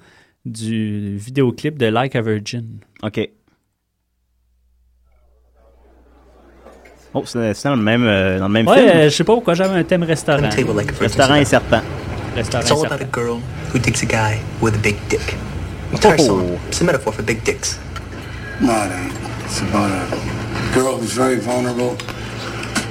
du vidéoclip de Like a Virgin. OK. Oh, c'est c'est dans le même, euh, dans le même Ouais, film. euh, je sais pas pourquoi j'avais un thème restaurant. table like a virgin. Restaurant et serpent. Restaurant It's all serpent. about a girl who digs a guy with a big dick. Entire song. Oh. It's a metaphor for big dicks. No, it ain't. It's about a girl who's very vulnerable.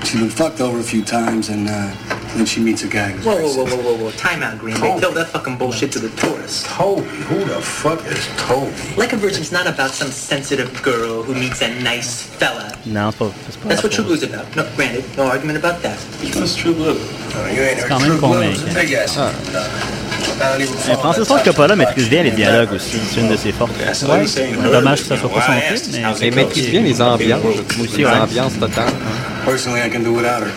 She's been fucked over a few times, and uh, then she meets a guy who's Whoa, very whoa, whoa, whoa, whoa, whoa. Time out, Green Bay. Tell that fucking bullshit to the tourists. Toby, who the fuck is Toby? Like a Virgin's not about some sensitive girl who meets a nice fella. Non, c'est pas, c'est pas That's what rapport. True Blue's about. No, granted, no argument about that. What's True Blue? you ain't heard quand même True Blue. [laughs] convaincant. It's a big ass. I don't even Euh, follow that Francis Ford stuff. Coppola maîtrise bien les dialogues aussi. C'est une de ses forces. That's all you saying. Dommage que ça soit pas son Why I asked film, is mais- how's Et it maîtrise bien les ambiances, les ouais. ambiances totales. Personally, I can do without her.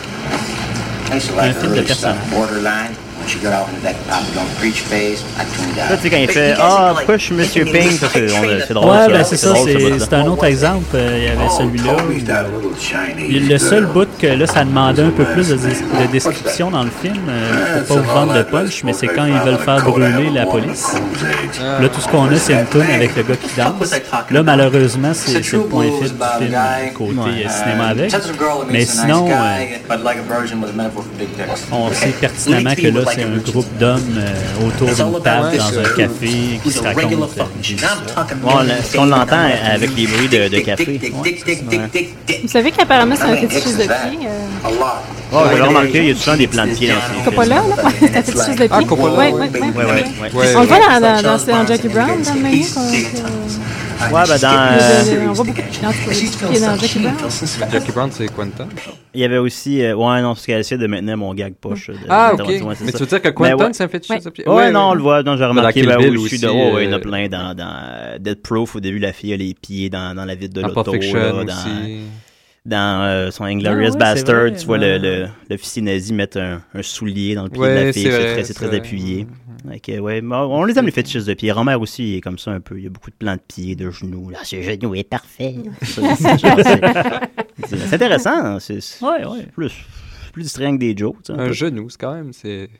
I used to like Un the film de early stuff, personnage. borderline. When she got off into that I'm gonna preach phase, I tuned Là, out. tu sais, quand il fait Ah, pourquoi je suis Monsieur Ping Ça, c'est on a- c'est drôle. Ouais, ça. ben c'est ça, drôle, ce c'est bout-là. c'est un autre exemple. Euh, Il y avait celui-là. où- Toby's that little Chinese Il- Le euh, seul girl. bout que là, ça demandait un peu plus de, dis- de description dans le film, euh, pour pas vous vendre de punch, mais c'est quand ils veulent faire brûler la police. Là, tout ce qu'on a, c'est une toune avec le gars qui danse. Là, malheureusement, c'est c'est le point faible du film euh, côté euh, cinéma avec. Mais sinon, euh, on sait pertinemment que là, c'est un groupe d'hommes euh, autour d'une table dans un café qui se racontent. euh, des histoires. Bon, on l'a- si on l'entend euh, avec les bruits de, de café. Vous savez qu'apparemment, c'est un fétichiste de pied. euh, Ouais, j'ai remarqué, il y a souvent des plans de pied dans ces films. Coppola, là? C'est un fétichiste de pied? Ah, Coppola, ouais. Ouais, ouais, ouais. Ouais, ouais, ouais. Ouais, On le ouais. voit dans, dans, dans, dans Jackie Brown, dans le menu. qu'on- que- Ouais, ben dans. euh, de- de- on voit beaucoup de gens qui est dans Jackie Brown. Jackie Brown, c'est Quentin. Il y avait aussi. euh, ouais, non, parce qu'elle essayait de maintenir mon gag poche. euh, de- Ah, de- ok. ouais, c'est Mais ça. tu veux dire que Mais ouais. Quentin, ça fait de Ouais. choses Ouais, non, on le voit. Non, j'ai remarqué. Kill Ben, Bill oui, je suis aussi, de, oh, ouais, il y en a euh, plein dans, dans Dead Proof. Au début, la fille a les pieds dans, dans la ville de Dans l'auto. Pulp Fiction là, Dans, aussi. dans euh, son Inglorious Ah, ouais, c'est Bastard, vrai, tu vois le- ouais. le- l'officier nazi mettre un, un soulier dans le pied Ouais, de la fille. c'est C'est vrai, très, c'est c'est très vrai. Mm. appuyé. Ok, ouais, mais on on les aime les fétichistes de pied. Romer aussi il est comme ça un peu. Il y a beaucoup de plans de pied, de genoux. Là, ce genou est [laughs] parfait. Ça, c'est- c'est c'est intéressant. hein, C'est c'est Ouais, ouais. plus, plus distrayant que des jokes. tu sais, un Un peu. genou, c'est quand même. C'est.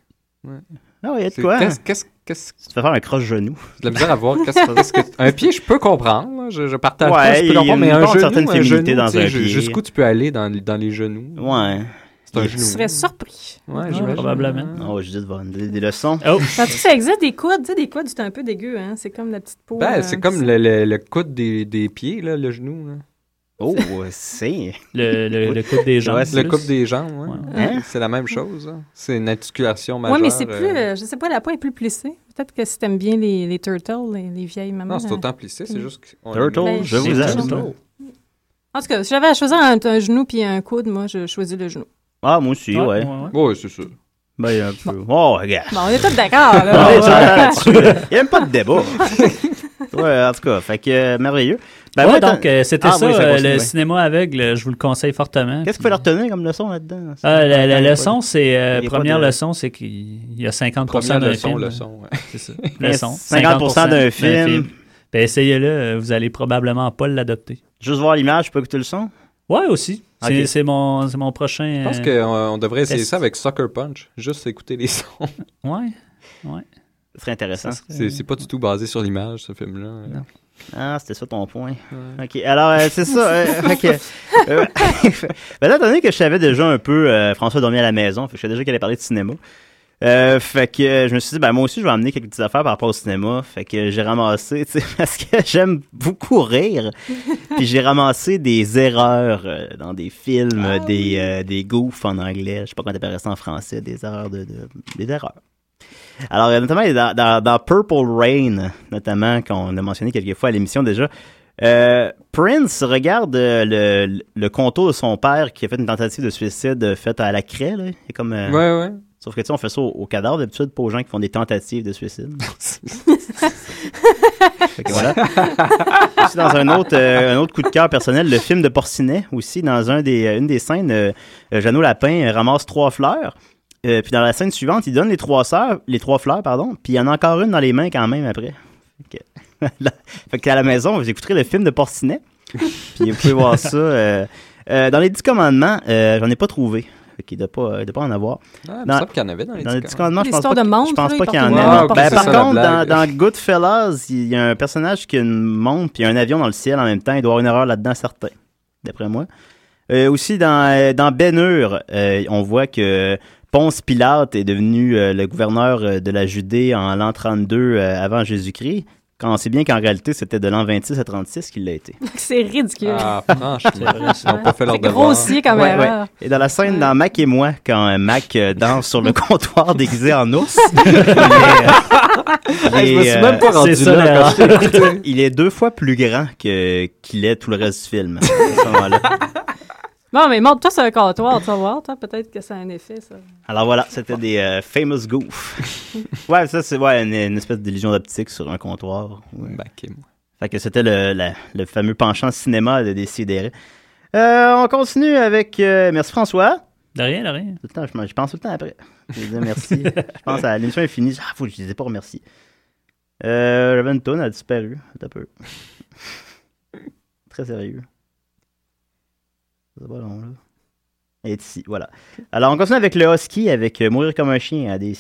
Ah ouais, y a de c'est- quoi? Qu'est-ce qu'est-ce- qu'est-ce Tu te fais faire un croche-genou. de la misère à voir qu'est-ce [laughs] que- qu'est-ce que- un pied je peux comprendre là. je, je partage Ouais, pas, il je peux y a comprendre mais une un bonne genou, certaine un féminité genou dans tu sais, un ju- pied. jusqu'où tu peux aller dans, dans les genoux Ouais. c'est un Tu Je genou serais surpris. ouais, Ouais, j'imagine. probablement. Oh, Judith va nous donner des leçons. Oh, Tandis que ça existe des coudes. Tu sais, des coudes, c'est un peu dégueu, hein? C'est comme la petite peau. ben, euh, c'est qui comme se- le, le, le coude des, des pieds là, le genou hein. là. [laughs] Oh, c'est. le, le, le couple des gens. Ouais, c'est le coupe des jambes ouais. Ouais. Hein? c'est la même chose hein. c'est une articulation majeure Ouais, mais c'est euh, plus. euh, je sais pas, la peau est plus plissée. Peut-être que si t'aimes bien les, les turtles, les, les vieilles mamans. non c'est euh, autant plissé c'est juste qu'on Turtle, Ben, je vous c'est aime. Turtle. En tout cas, si j'avais à choisir entre un genou puis un coude, moi, je choisis le genou. Ah, moi aussi, ouais. ouais c'est ça Ben, il y a un peu. Oh, regarde. Bon, on est tous d'accord, Ben, Ah, [laughs] ouais, là. là-dessus, là. Il n'y a même pas de [laughs] débat. ouais, en tout cas, fait que euh, merveilleux. Ben, Ouais, moi, donc, t'as- euh, c'était Ah ça, oui, ça euh, continue, le ouais. cinéma aveugle. Je vous le conseille fortement. Qu'est-ce qu'il faut leur retenir comme leçon là-dedans? euh, Ah, la, la Il y a leçon, c'est euh, il y a pas première de- leçon, c'est qu'il y a 50 première d'un leçon film. leçon ouais. [laughs] C'est ça. pas de- Leçon. 50% d'un film. Ben, essayez-le, euh, vous allez probablement pas l'adopter. Juste voir l'image, je peux écouter le son? Ouais, aussi. C'est Ok. c'est mon, c'est mon prochain. je pense euh, qu'on on devrait essayer test. ça avec Sucker Punch juste écouter les [laughs] sons Ouais. Ce serait intéressant. ça serait- c'est c'est pas du tout basé sur l'image ce film là Ah, c'était ça ton point. OK. Alors, euh, c'est ça. euh, [laughs] OK. Euh, [laughs] ben là, étant donné que je savais déjà un peu, euh, François dormait à la maison, fait que je savais déjà qu'elle allait parler de cinéma. Euh, fait que euh, je me suis dit, ben moi aussi, je vais amener quelques petites affaires par rapport au cinéma. Fait que j'ai ramassé, [laughs] tu sais, parce que j'aime beaucoup rire. Puis j'ai ramassé des erreurs euh, dans des films, euh, des, euh, des goofs en anglais. Je sais pas comment t'appellerais ça en français, des erreurs de, de- des erreurs. Alors, euh, notamment dans, dans- dans Purple Rain, notamment, qu'on a mentionné quelques fois à l'émission déjà, euh, Prince regarde euh, le, le contour de son père qui a fait une tentative de suicide euh, faite à la craie. Là. C'est comme, euh, Ouais, ouais. Sauf que, tu sais, on fait ça au, au cadavre d'habitude, pas aux gens qui font des tentatives de suicide. Fait que voilà. Aussi, dans un autre, euh, un autre coup de cœur personnel, le film de Porcinet aussi, dans un des, euh, une des scènes, euh, euh, Jeannot Lapin euh, ramasse trois fleurs. Euh, puis dans la scène suivante, il donne les trois, sœurs, les trois fleurs, pardon, puis il y en a encore une dans les mains quand même après. Fait que, [laughs] là- fait que à la maison, vous écouterez le film de Porcinet. Puis vous pouvez voir ça. euh, euh, dans les Dix Commandements, euh, j'en ai pas trouvé. Fait qu'il ne doit, pas- il doit pas en avoir. il me semble qu'il y en avait dans les Dix Dix Commandements. je pense L'histoire pas de que- monstres, Je pense là, pas ils qu'il y en portent ait. montre. une non. Ah, Ben, ok, par ça, la contre, dans, blague. dans Goodfellas, il y a un personnage qui a une montre puis un avion dans le ciel en même temps. Il doit y avoir une erreur là-dedans, certain, d'après moi. Euh, aussi, dans, euh, dans Ben Hur, euh, on voit que Ponce Pilate est devenu euh, le gouverneur euh, de la Judée en l'an 32 euh, avant Jésus-Christ, quand on sait bien qu'en réalité, c'était de l'an 26 à 36 qu'il l'a été. [laughs] C'est ridicule. Ah, franchement. Ils n'ont pas fait leur C'est devoir. grossier comme Ouais, erreur. ouais. Et dans la scène dans Mac et moi, quand euh, Mac euh, danse sur le comptoir déguisé en ours, il est, euh, Hey, Ah, je il me est, suis euh, même pas rendu c'est ça, là l'erreur. quand je t'ai écouté. [laughs] il est deux fois plus grand que qu'il est tout le reste du film. à ce moment-là. Bon, mais montre-toi sur un comptoir, tu vas voir, toi, peut-être que ça a un effet, ça. Alors voilà, c'était des euh, famous goofs. Ouais, ça c'est ouais, une, une espèce d'illusion d'optique sur un comptoir. Ouais. Ben, ok, moi. Fait que c'était le, la- le fameux penchant cinéma de Décideret. Euh, on continue avec euh, merci François. De rien, de rien. Tout le temps, je, m'en- je pense tout le temps après. Je vais dire merci. je pense à l'émission est finie. Ah, faut que je disais pas remercier. Euh, J'avais une toune, elle a disparu. Attends Un peu. Très sérieux. C'est pas long, là. Elle est ici, voilà. Alors, on continue avec le Husky, avec euh, Mourir comme un chien à des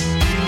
Mourir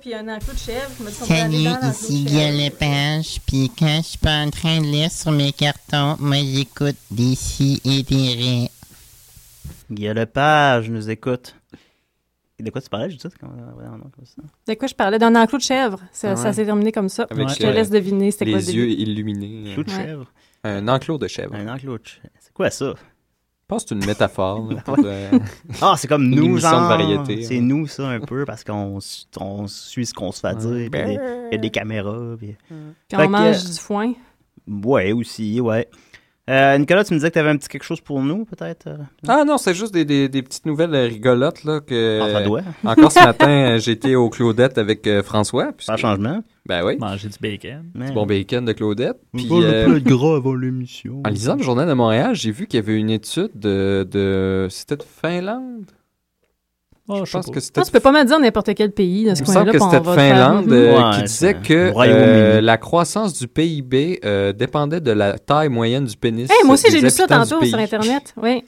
puis il y a un enclos de chèvre. Je me suis Salut, ici Violet Page, puis quand je suis pas en train de lire sur mes cartons, moi j'écoute des si et des raies. Guy Lepage nous écoute. Et de quoi tu parlais, Judith? Comment- ouais, non, comme ça. De quoi je parlais? D'un enclos de chèvre. Ça, Ah ça ouais. s'est terminé comme ça. Avec, je te euh, laisse deviner c'était quoi le Les yeux début. illuminés. euh, Clou de Ouais. chèvre. Un enclos de chèvre. Un enclos de chèvre. C'est quoi ça? Je pense que c'est une métaphore. [laughs] là, pour, euh, Ah, c'est comme une nous, émission genre. de variété. C'est nous, ça, un peu, parce qu'on su- on suit ce qu'on se fait dire. puis Il y a des- il y a des caméras. Puis, Puis Fait on que, euh, mange du foin. Ouais, aussi, ouais. Euh, Nicolas, tu me disais que tu avais un petit quelque chose pour nous, peut-être? euh? Ah non, c'est juste des, des- des petites nouvelles euh, rigolotes là que. Ah, ça doit. Encore ce matin, euh, j'étais au Claudette avec euh, François. Pas changement. Ben oui. Manger du bacon. Du bon bacon de Claudette. Puis, parle euh, gras avant l'émission. en lisant le journal de Montréal, j'ai vu qu'il y avait une étude de, de- c'était de Finlande. Oh, je pense que c'était Non, tu peux Ah, pas me dire n'importe quel pays de ce Il me semble coin-là. que puis on c'était de va te faire- Finlande Mhm. euh, Ouais, qui disait c'est- que Royaume-Uni. euh, la croissance du PIB euh, dépendait de la taille moyenne du pénis. Hey, moi aussi, des j'ai lu ça habitants du tantôt pays. sur Internet. Oui.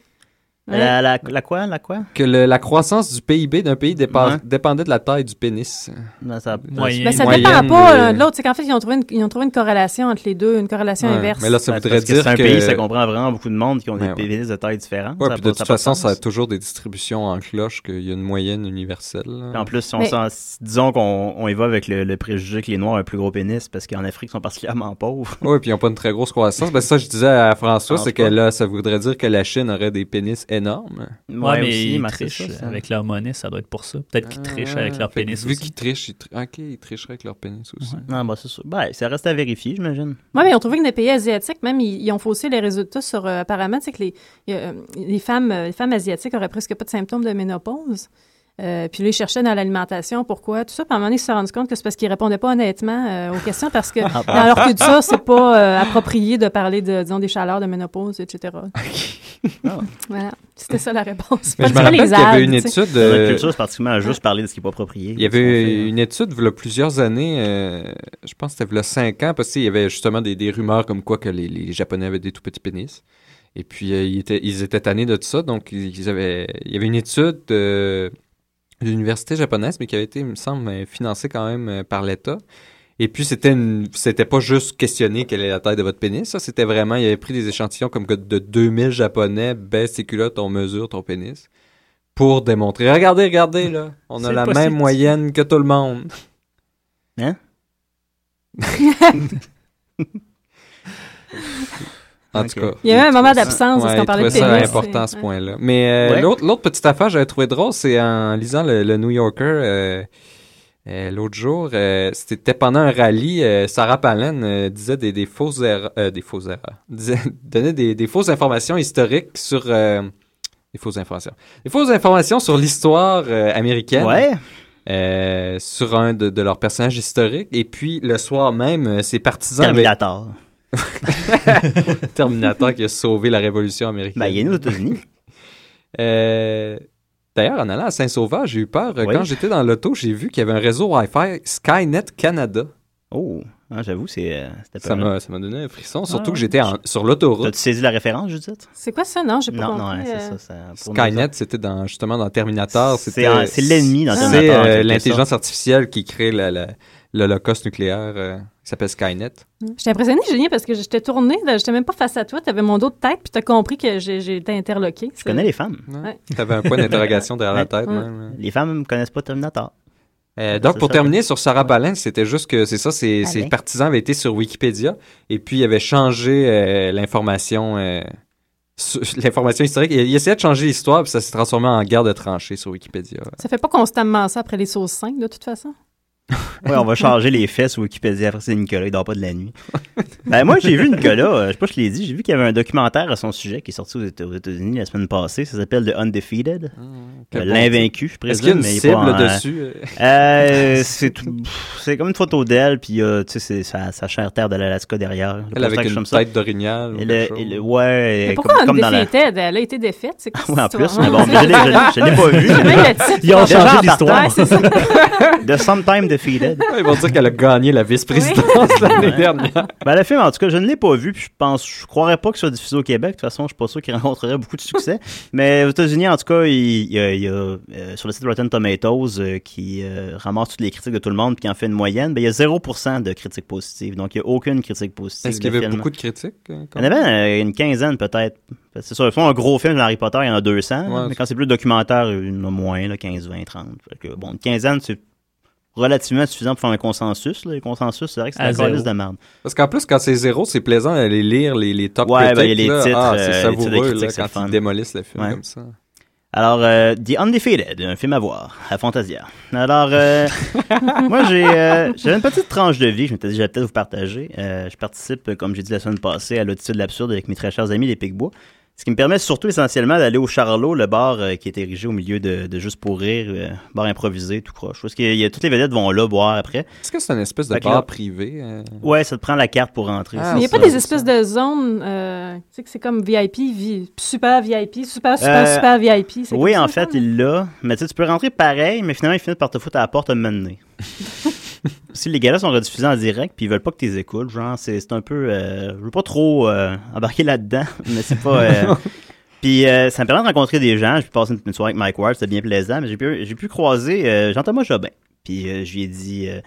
Ouais. La, la- la quoi? La quoi? Que le- la croissance du PIB d'un pays dépa- Ouais. dépendait de la taille du pénis. Non, ça- Moyenne. Mais Ben, ça Moyenne, dépend pas euh, l'un de l'autre. C'est qu'en fait, ils ont, trouvé une, ils ont trouvé une corrélation entre les deux, une corrélation Ouais, inverse. mais là, ça Ouais, voudrait parce que dire c'est un que- pays, ça comprend vraiment beaucoup de monde qui ont Ouais, des PVS de taille différente. Ouais, Ça puis a de pas- toute ça a pas façon, de sens. ça a toujours des distributions en cloche qu'il y a une moyenne universelle. là. Puis En plus, si on Mais- s'en- disons qu'on on y va avec le, le préjugé que les Noirs ont un plus gros pénis parce qu'en Afrique, ils sont particulièrement pauvres. Oui, puis ils n'ont pas une très grosse croissance. Ben, ça, je disais à François, Pense c'est que pas. là, ça voudrait dire que la Chine aurait des pénis énormes. Ouais, mais aussi, ils marquez trichent ça, Ah. ça. avec leur monnaie, ça doit être pour ça. Peut-être qu'ils trichent Ah, avec leur Fait que pénis Vu aussi. qu'ils trichent, ils, tri- ok, ils tricheraient avec leur pénis aussi. Non, bah, c'est sûr. Ben, ça reste à vérifier, j'imagine. Oui, mais ils ont trouvé que dans les pays asiatiques, même, ils, ils ont faussé les résultats sur, euh, apparemment, tu sais, que les, il y a, euh, les, femmes, euh, les femmes asiatiques auraient presque pas de symptômes de ménopause. Euh, puis là, ils cherchaient dans l'alimentation, pourquoi, tout ça. Puis à un moment donné, ils se sont rendus compte que c'est parce qu'ils répondaient pas honnêtement euh, aux questions, [laughs] parce que Ah, bah. dans leur culture, c'est pas euh, approprié de parler, de, disons, des chaleurs, de ménopause, etc. [laughs] Ah. Voilà, c'était ça la réponse. Mais je me Pas rappelle les qu'il y avait algues, une tu sais. étude. Dans euh, notre culture, c'est particulièrement à juste parler de ce qui n'est pas approprié. Il y avait une étude, il y a plusieurs années, euh, je pense que c'était il y a 5 ans, parce qu'il y avait justement des, des rumeurs comme quoi que les, les Japonais avaient des tout petits pénis. Et puis, euh, ils, étaient, ils étaient tannés de tout ça. Donc, ils, ils avaient, il y avait une étude euh, de l'université japonaise, mais qui avait été, il me semble, euh, financée quand même euh, par l'État. Et puis, c'était une- c'était pas juste questionner quelle est la taille de votre pénis. Ça, c'était vraiment, il avait pris des échantillons comme que de 2000 Japonais, baisse tes culottes, on mesure ton pénis pour démontrer. Regardez, regardez, là. On a C'est la pas même si- moyenne que tout le monde. Hein? [laughs] en Ok. tout cas. Il y a eu un moment Ouais, d'absence, parce il qu'on parlait de trouvait ça pénis. important, ce Ouais. point-là. Mais euh, Ouais. l'autre, l'autre petite affaire que j'avais trouvé drôle, c'est en lisant le, le New Yorker euh, euh, l'autre jour, euh, c'était pendant un rallye, euh, Sarah Palin euh, disait des, des fausses erreurs, euh, des fausses erreurs, [laughs] disait- donnait des, des fausses informations historiques sur... euh, des fausses informations. Des fausses informations sur l'histoire euh, américaine Ouais. euh, sur un de, de leurs personnages historiques. Et puis, le soir même, euh, ses partisans... avaient- [laughs] Terminator. Terminator qui a sauvé la révolution Ben, américaine. il est né aux [laughs] États-Unis. Euh, D'ailleurs, en allant à Saint-Sauveur, j'ai eu peur. Oui. Quand j'étais dans l'auto, j'ai vu qu'il y avait un réseau Wi-Fi Skynet Canada. Oh, hein, j'avoue, c'est, euh, c'était Ça pas mal. m'a ça m'a donné un frisson, surtout Ah ouais. que j'étais en- sur l'autoroute. T'as-tu saisi la référence, Judith? C'est quoi ça? Non, j'ai pas non, non, compris. ouais, euh. c'est ça. ça pour nous Skynet, autres. c'était dans, justement dans Terminator. C'est c'était- un- c'est l'ennemi dans c'est, Terminator, en euh, quelque l'intelligence artificielle qui crée la- la- l'holocauste nucléaire. euh, qui s'appelle Skynet. J'étais impressionnée, Julien, parce que j'étais tournée, là, j'étais même pas face à toi, t'avais mon dos de tête, puis t'as compris que j'ai- j'étais interloquée. Je connais les femmes. Ouais. [laughs] T'avais un point d'interrogation derrière la Ouais. tête. Ouais. même, hein. Les femmes ne connaissent pas Terminator. Euh, donc, C'est pour ça. terminer sur Sarah Palin, c'était juste que c'est ça, ses, ses Palin. partisans avaient été sur Wikipédia et puis ils avaient changé euh, l'information euh, sur- [laughs] l'information historique. Ils, ils essayaient de changer l'histoire puis ça s'est transformé en guerre de tranchées sur Wikipédia. Euh, Ça fait pas constamment ça après les sauces 5, de toute façon. Ouais, on va charger les fesses sur Wikipédia. Après, c'est Nicolas, il dort pas de la [laughs] nuit. Ben, moi, j'ai vu Nicolas, euh, je sais pas si je l'ai dit, j'ai vu qu'il y avait un documentaire à son sujet qui est sorti aux Éta- aux États-Unis la semaine passée. Ça s'appelle The Undefeated. Euh, L'invaincu, je Est-ce qu'il y a présume. une mais il est cible pas en- dessus? euh? [laughs] Euh, c'est tout- pff, c'est comme une photo d'elle, puis euh, tu sais, c'est sa, sa chère terre de l'Alaska derrière. Le Elle poster avec que je une comme ça. tête d'orignal ou Et quelque le- et chose. [laughs] le- ouais, Mais comme, pourquoi on comme dans la. défaitait? Elle Elle a été défaite, [laughs] c'est quoi Ouais, en cette plus, histoire? [laughs] mais bon, mais je l'ai- je l'ai- je l'ai pas vu. Même le titre. Ils ont Déjà, changé en l'histoire. Ouais, c'est ça. partant- [laughs] The Sometime Defeated. Ils vont dire qu'elle a gagné la vice-présidence l'année dernière. Ben, le film, en tout cas, je ne l'ai pas vu, puis je pense, je croirais pas que ce soit diffusé au Québec. De toute façon, je suis pas sûr qu'il [laughs] rencontrerait beaucoup de succès. Mais aux États-Unis, en tout cas, il, il y a, il y a, euh, sur le site Rotten Tomatoes, euh, qui euh, ramasse toutes les critiques de tout le monde, puis qui en fait une moyenne, ben, il y a 0% de critiques positives. Donc, il n'y a aucune critique positive. Est-ce qu'il y de avait film. beaucoup de critiques? euh, quand Il y en avait euh, une quinzaine peut-être. Parce que C'est sûr, font un gros film Harry Potter, il y en a 200. Ouais, mais quand c'est plus documentaire, il y en a moins, là, 15, 20, 30. Fait que, bon, une quinzaine, c'est relativement suffisant pour faire un consensus. Là. Les consensus, c'est vrai que c'est À la zéro. liste de merde. Parce qu'en plus, quand c'est zéro, c'est plaisant d'aller lire les, les top Ouais, critiques. ben, il y a les là. titres, Ah, euh, c'est les titres de savoureux critiques, là, c'est le quand fun. ils démolissent le film Ouais. comme ça. Alors, euh, The Undefeated, un film à voir, à Fantasia. Alors, [laughs] euh, moi, j'ai euh, j'avais une petite tranche de vie que je m'étais dit, j'allais peut-être vous partager. Euh, je participe, comme j'ai dit la semaine passée, à l'Auditude de l'absurde avec mes très chers amis, les Picbois. Ce qui me permet surtout essentiellement d'aller au Charlot, le bar euh, qui est érigé au milieu de, de Juste pour rire, euh, bar improvisé, tout croche. Parce qu'il y a toutes les vedettes vont là boire après. Est-ce que c'est une espèce de Fait que là- bar privé? euh? Mhm. Ouais, ça te prend la carte pour rentrer. Ah, c'est Mais il n'y a ça. pas des espèces de zones, euh, tu sais, que c'est comme VIP, vi- super VIP, super, super, Euh, super VIP. c'est Oui, comme en ça? fait, il l'a. Mais tu sais, tu peux rentrer pareil, mais finalement, ils finissent par te foutre à la porte à [laughs] mener. si les gars-là sont rediffusés en direct, puis ils veulent pas que tu les écoutes, genre, c'est c'est un peu. euh, je veux pas trop euh, embarquer là-dedans, [laughs] mais c'est pas. euh, puis euh, ça me permet de rencontrer des gens. J'ai pu passer une, une soirée avec Mike Ward, c'était bien plaisant, mais j'ai pu, j'ai pu croiser euh, Jean-Thomas Jobin. Puis euh, je lui ai dit. euh,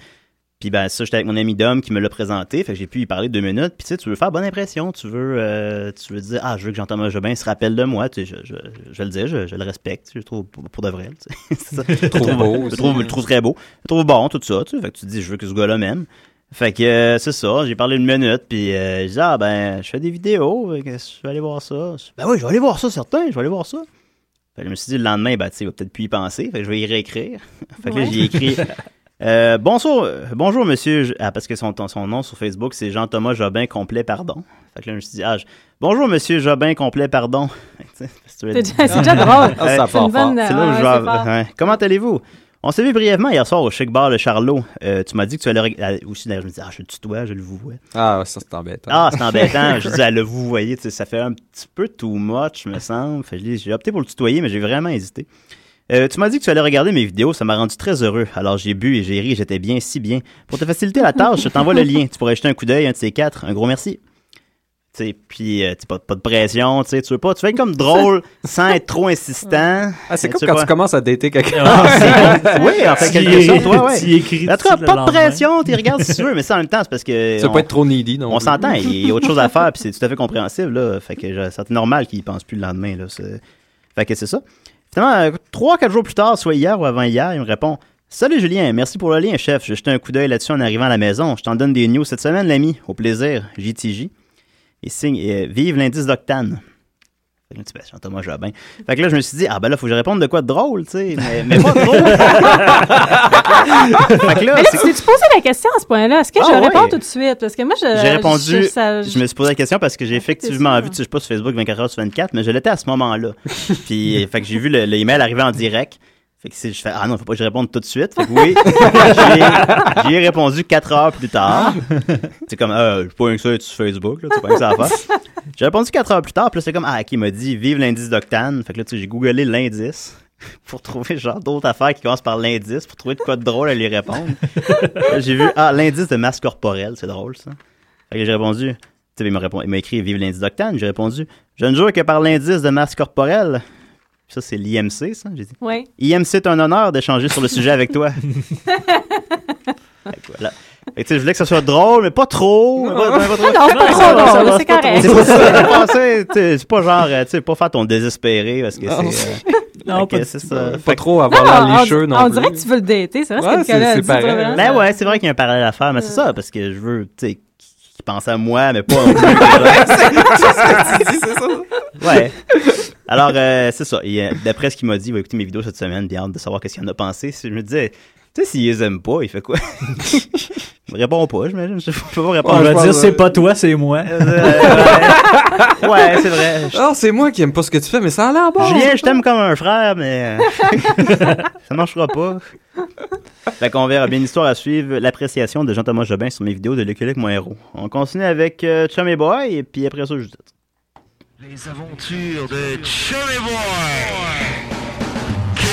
puis ben ça, j'étais avec mon ami Dom qui me l'a présenté, fait que j'ai pu y parler deux minutes. Puis tu sais, tu veux faire bonne impression, tu veux, euh, tu veux dire ah je veux que Jean-Thomas Jobin se rappelle de moi, tu sais, je, je, je vais le dis, je, je le respecte, je le trouve pour, pour de vrai, tu sais. [laughs] C'est ça. Je le Trop trouve- beau je le aussi. trouve, je le trouve très beau, je le trouve bon tout ça, tu sais. Fait que tu te dis je veux que ce gars-là m'aime. Fait que euh, c'est ça, j'ai parlé une minute, puis euh, je dis ah ben je fais des vidéos, fait que je vais aller voir ça. Ben oui, je vais aller voir ça certain, je vais aller voir ça. Fait que je me suis dit le lendemain, ben, tu sais, il va peut-être plus y penser. Fait que je vais y réécrire. [laughs] fait que là, Ouais. j'ai écrit. euh, bonjour, euh, bonjour monsieur. Je- Ah, parce que son, son nom sur Facebook, c'est Jean-Thomas Jobin Complet Pardon. Fait que là, je me suis dit, ah, je- bonjour monsieur Jobin Complet Pardon. [laughs] Tu sais, parce que tu l'as C'est dit. déjà- c'est [laughs] déjà drôle. Ouais. Ah, C'est une C'est une bonne- bonne- Ah, C'est là où ouais, je ouais, vais- c'est fort. ouais. Comment allez-vous? On s'est vu brièvement hier soir au Chic Bar Le Charlot. Euh, tu m'as dit que tu allais. reg- ah, Aussi, d'ailleurs, je me dis, ah, je le tutoie, je le vouvoie. Ah, ça c'est embêtant. Ah, c'est embêtant. je dis, elle le vous voyez, tu sais, ça fait un petit peu too much, me semble. Fait que j'ai- j'ai opté pour le tutoyer, mais j'ai vraiment hésité. Euh, tu m'as dit que tu allais regarder mes vidéos, ça m'a rendu très heureux. Alors j'ai bu et j'ai ri, j'étais bien, si bien. Pour te faciliter la tâche, je t'envoie le lien. Tu pourrais jeter un coup d'œil, un de ces quatre. Un gros merci. Tu sais, puis euh, tu sais, pas, pas de pression, tu sais, tu veux pas, tu veux être comme drôle sans être trop insistant. Ah, c'est Euh, comme sais quand pas. tu commences à dater [laughs] quelqu'un. Ah, c'est bon. oui, en fait, Tu quelque y- chose, toi, ouais. tu y écris En tout cas, dessus le pas de lendemain. pression, tu regardes si tu veux, mais ça en même temps, c'est parce que. Ça peut on- être trop needy, non On plus. s'entend, il y a autre chose à faire, puis c'est tout à fait compréhensible, là. Fait que je- c'est normal qu'il pense plus le lendemain, là. c'est- Fait que c'est ça. Finalement, euh, trois, quatre jours plus tard, soit hier ou avant-hier, il me répond Salut Julien, merci pour le lien, chef. J'ai jeté un coup d'œil là-dessus en arrivant à la maison. Je t'en donne des news cette semaine, l'ami. Au plaisir, JTJ. Et signe euh, Vive l'indice d'octane. Fait que là, tu fais, Jean-Thomas Jobin. Fait que là, je me suis dit, ah ben là, faut que je réponde de quoi de drôle, tu sais, mais, mais pas drôle. fait que là, Mais là, c'est- tu t'es-tu posé la question à ce point-là? Est-ce que Ah, je ouais. réponds tout de suite? Parce que moi, je. j'ai répondu, Euh, Je, je, ça- me suis posé la question parce que j'ai effectivement ça. vu, tu sais, je suis pas sur Facebook 24 heures sur 24, mais je l'étais à ce moment-là. Puis, fait que j'ai vu le, le email arriver en direct. Fait que si je fais, ah non, faut pas que je réponde tout de suite. Fait que oui, j'ai- j'y ai répondu 4 heures plus tard. C'est comme, euh, je suis pas rien que ça être sur Facebook, là, c'est pas rien que ça à faire. J'ai répondu 4 heures plus tard, puis là, c'est comme, ah, qui m'a dit, vive l'indice d'octane. Fait que là, tu sais, j'ai googlé l'indice [laughs] pour trouver genre d'autres affaires qui commencent par l'indice, pour trouver de quoi de drôle à lui répondre. Là, j'ai vu, ah, l'indice de masse corporelle, c'est drôle ça. Fait que j'ai répondu, tu sais, il m'a répon- il m'a écrit, vive l'indice d'octane. J'ai répondu, je ne jure que par l'indice de masse corporelle. Ça, c'est l'IMC, ça, j'ai dit. Oui. IMC, c'est un honneur d'échanger sur le sujet avec [laughs] toi. Fait que voilà. Fait que, tu sais, je voulais que ça soit drôle, mais pas trop. mais pas- mais pas trop. Ah non, c'est pas trop ça va, drôle, ça va, c'est pas correct. trop. C'est pas ça, j'ai pensé, tu sais, c'est pas genre, euh, tu sais, pas faire ton désespéré parce que Non. c'est. euh, Non, fait que pas du c'est tout. ça. Pas Fait que- trop avoir l'air Ah, on- lécheux non On plus. dirait que tu veux le dater, c'est vrai Ouais, ce que Nicolas c'est- a dit, c'est tu vois, pareil. vraiment. Mais Ben ouais, c'est vrai qu'il y a un parallèle à faire, mais c'est ça, parce que je veux, tu sais, qu'il pense à moi, mais pas. ouais. Alors, euh, c'est ça. Et, euh, D'après ce qu'il m'a dit, il va écouter mes vidéos cette semaine, bien hâte de savoir qu'est-ce qu'il en a pensé. Si Je me disais, tu sais, s'il les aime pas, il fait quoi? [laughs] il me répond pas, j'imagine. Je peux pas répondre. On va dire, c'est pas toi, c'est moi. ouais, Ouais, c'est vrai. Ah, c'est moi qui aime pas ce que tu fais, mais ça a l'air bon. Julien, je t'aime comme un frère, mais euh, [laughs] ça marchera pas. Fait qu'on verra bien l'histoire à suivre, l'appréciation de Jean-Thomas Jobin sur mes vidéos de Luculic, mon héros. On continue avec euh, Chum et Boy, et puis après ça, je vous dis. Les aventures de Chummy Boy. Yeah!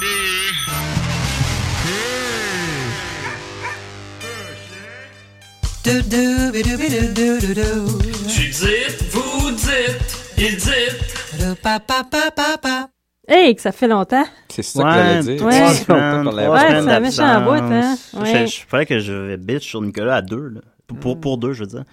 Eh hein Euh, Euh. Tu dites, vous dites, il dites. Hey, que ça fait longtemps. C'est ça que j'allais dire. Ouais. Trois Ouais, semaines, ça trois semaines met méchant en boîte, hein. d'absence. Je- Ouais. je- fallait que je bitch sur Nicolas à deux, là. Pour, pour, pour deux, je veux dire.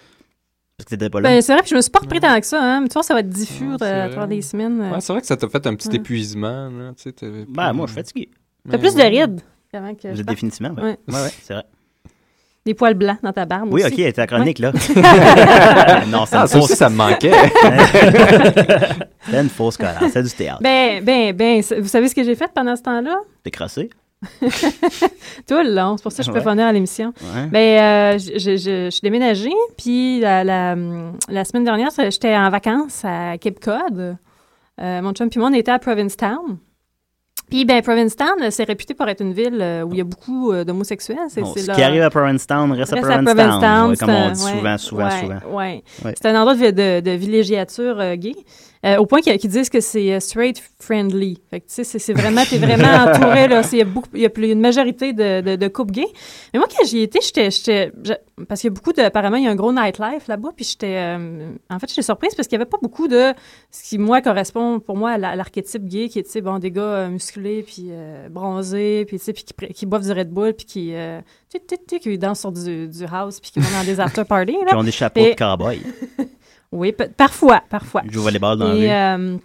Parce que t'étais pas là. Ben, c'est vrai, puis je me suis pas repris tant que ça. Hein. Mais Tu vois, ça va être diffus euh, à travers des semaines. euh. Ouais, c'est vrai que ça t'a fait un petit Ouais. épuisement. Là, tu sais, t'avais Ben, pas- moi, je suis fatigué. T'as Mais plus de ouais. rides avant que. Vous je êtes parte. définitivement, ouais. Ouais, ouais, c'est vrai. Des poils blancs dans ta barbe. Oui, aussi. ok, elle était à chronique, Ouais. là. [laughs] non, c'est Ah, une ça aussi, fausse. ça me [laughs] manquait. C'était une fausse colère, c'est du théâtre. Ben, ben, ben, c'est- vous savez ce que j'ai fait pendant ce temps-là? T'es crassé. Tout le long. C'est pour ça que je peux Ouais. venir à l'émission. Ouais. Ben, euh, je, je- je- je suis déménagée, puis la, la, hum, la semaine dernière, ça- j'étais en vacances à Cape Cod. Euh, mon chum puis moi, on était à Provincetown. Puis, ben, Provincetown, euh, c'est réputé pour être une ville euh, où il y a beaucoup euh, d'homosexuels. C'est Bon, c'est ce leur- qui arrive à Provincetown reste, Reste à à Provincetown, Provincetown, ouais, comme c'est on un- dit ouais, souvent, souvent, ouais, souvent. ouais. Ouais. C'est un endroit de, de, de villégiature euh, gay, euh, au point qu'ils qu'ils disent que c'est euh, straight friendly. Fait que, tu sais, c'est c'est vraiment, t'es vraiment [laughs] entouré, là. C'est- Il y a beaucoup, il y a plus, une majorité de, de, de couples gays. Mais moi, quand j'y étais, j'étais, j'étais, je- parce qu'il y a beaucoup de, apparemment, il y a un gros nightlife là-bas, puis j'étais, euh, en fait, j'étais surprise parce qu'il y avait pas beaucoup de ce qui, moi, correspond pour moi à la- à l'archétype gay, qui est, tu sais, bon, des gars euh, musclés, puis euh, bronzés, puis, tu sais, puis qui, pr- qui boivent du Red Bull, puis qui, euh, tu sais, tu sais, qui dansent sur du, du house, puis qui vont [laughs] dans des after parties, là. Puis on a des chapeaux Et- de [laughs] cow-boy. Oui, pe- parfois, parfois. Ils jouent au volleyball dans la Et, rue. euh,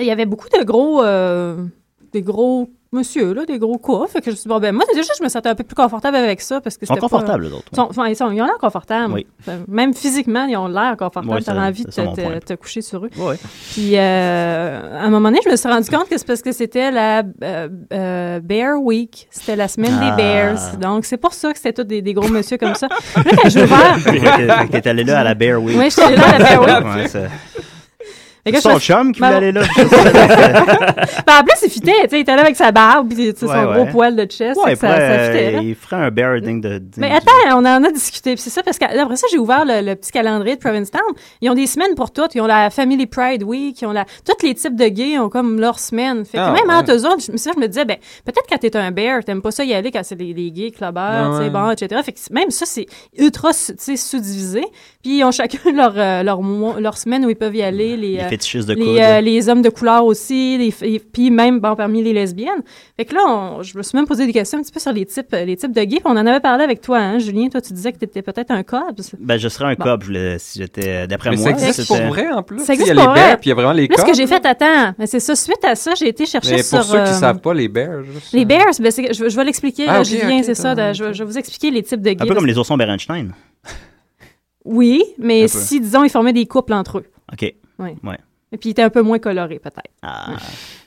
il y avait beaucoup de gros, euh, des gros monsieur, là, des gros coups. Fait que je me suis dit, bon, ben, moi, déjà, je me sentais un peu plus confortable avec ça parce que Ils sont c'était pas- confortables, eux autres. Ils sont- ils, sont- ils ont l'air confortables. [laughs] Oui. Même physiquement, ils ont l'air confortables. Ouais, T'as ça- envie de c'est ça mon te, te- point. te coucher sur eux. Ouais. Puis, euh, à un moment donné, je me suis rendu compte que c'est parce que c'était la euh, euh, Bear Week. C'était la semaine Ah. des Bears. Donc, c'est pour ça que c'était tous des, des gros monsieur comme ça. [laughs] Là, quand j'ai ouvert, Fait que T'es allé là à la Bear Week. Ah, Oui, j'étais allé là à la Bear Week. Ouais, c'est- Fait que c'est je son faisais- chum qui Ben, voulait aller [laughs] là. Ben, en plus, il fitait, tu sais, il était là avec sa barbe, puis tu sais, Ouais, son ouais. gros poil de chest, Ouais, fait que ça, après, ça fitait, là. euh, il ferait un bearding de. de- Mais du- attends, on en a discuté, puis c'est ça, parce qu'après ça, j'ai ouvert le, le petit calendrier de Provincetown. Ils ont des semaines pour toutes. Ils ont la Family Pride Week, ils ont la... Tous les types de gays ont comme leur semaine. Fait que Ah, même ouais. entre eux autres, je, ça, je me disais, ben, peut-être quand t'es un bear, t'aimes pas ça y aller quand c'est les, les gays, clubbers, Ouais, tu sais, Ah, ouais. bon, etc. Fait que c'est- même ça, c'est ultra, tu sais, sous-divisé. Puis ils ont [laughs] chacun leur, euh, leur, mois- leur semaine où ils peuvent y aller. Les, Les euh, fétichistes de les, coude. euh, les hommes de couleur aussi, les, filles- puis même bon, parmi les lesbiennes. Fait que là, on- je me suis même posé des questions un petit peu sur les types, les types de gays. Puis on en avait parlé avec toi, hein, Julien. Toi, tu disais que tu étais peut-être un cobs. Ben, je serais un Bon. cop, je voulais- si j'étais. D'après Mais moi, ça existe pour c'était- vrai, en plus. Ça Tu sais, existe Il y a pour les bears, vrai. puis il y a vraiment les Là, ce cobs. que j'ai fait, attends, mais c'est ça. Suite à ça, j'ai été chercher Mais sur. pour ceux qui euh, ne savent pas, les bears. juste- euh, les Bears, ben, c'est- je, je vais l'expliquer, Ah, là, ok, Julien, ok, c'est ça. t'as- de- je, vais- je vais vous expliquer les types de gays. Un peu comme les oursons Berenstein. Oui, Un mais peu. si, disons, ils formaient des couples entre eux. OK. Ouais. Ouais. Et puis, ils étaient un peu moins colorés, peut-être. Ah.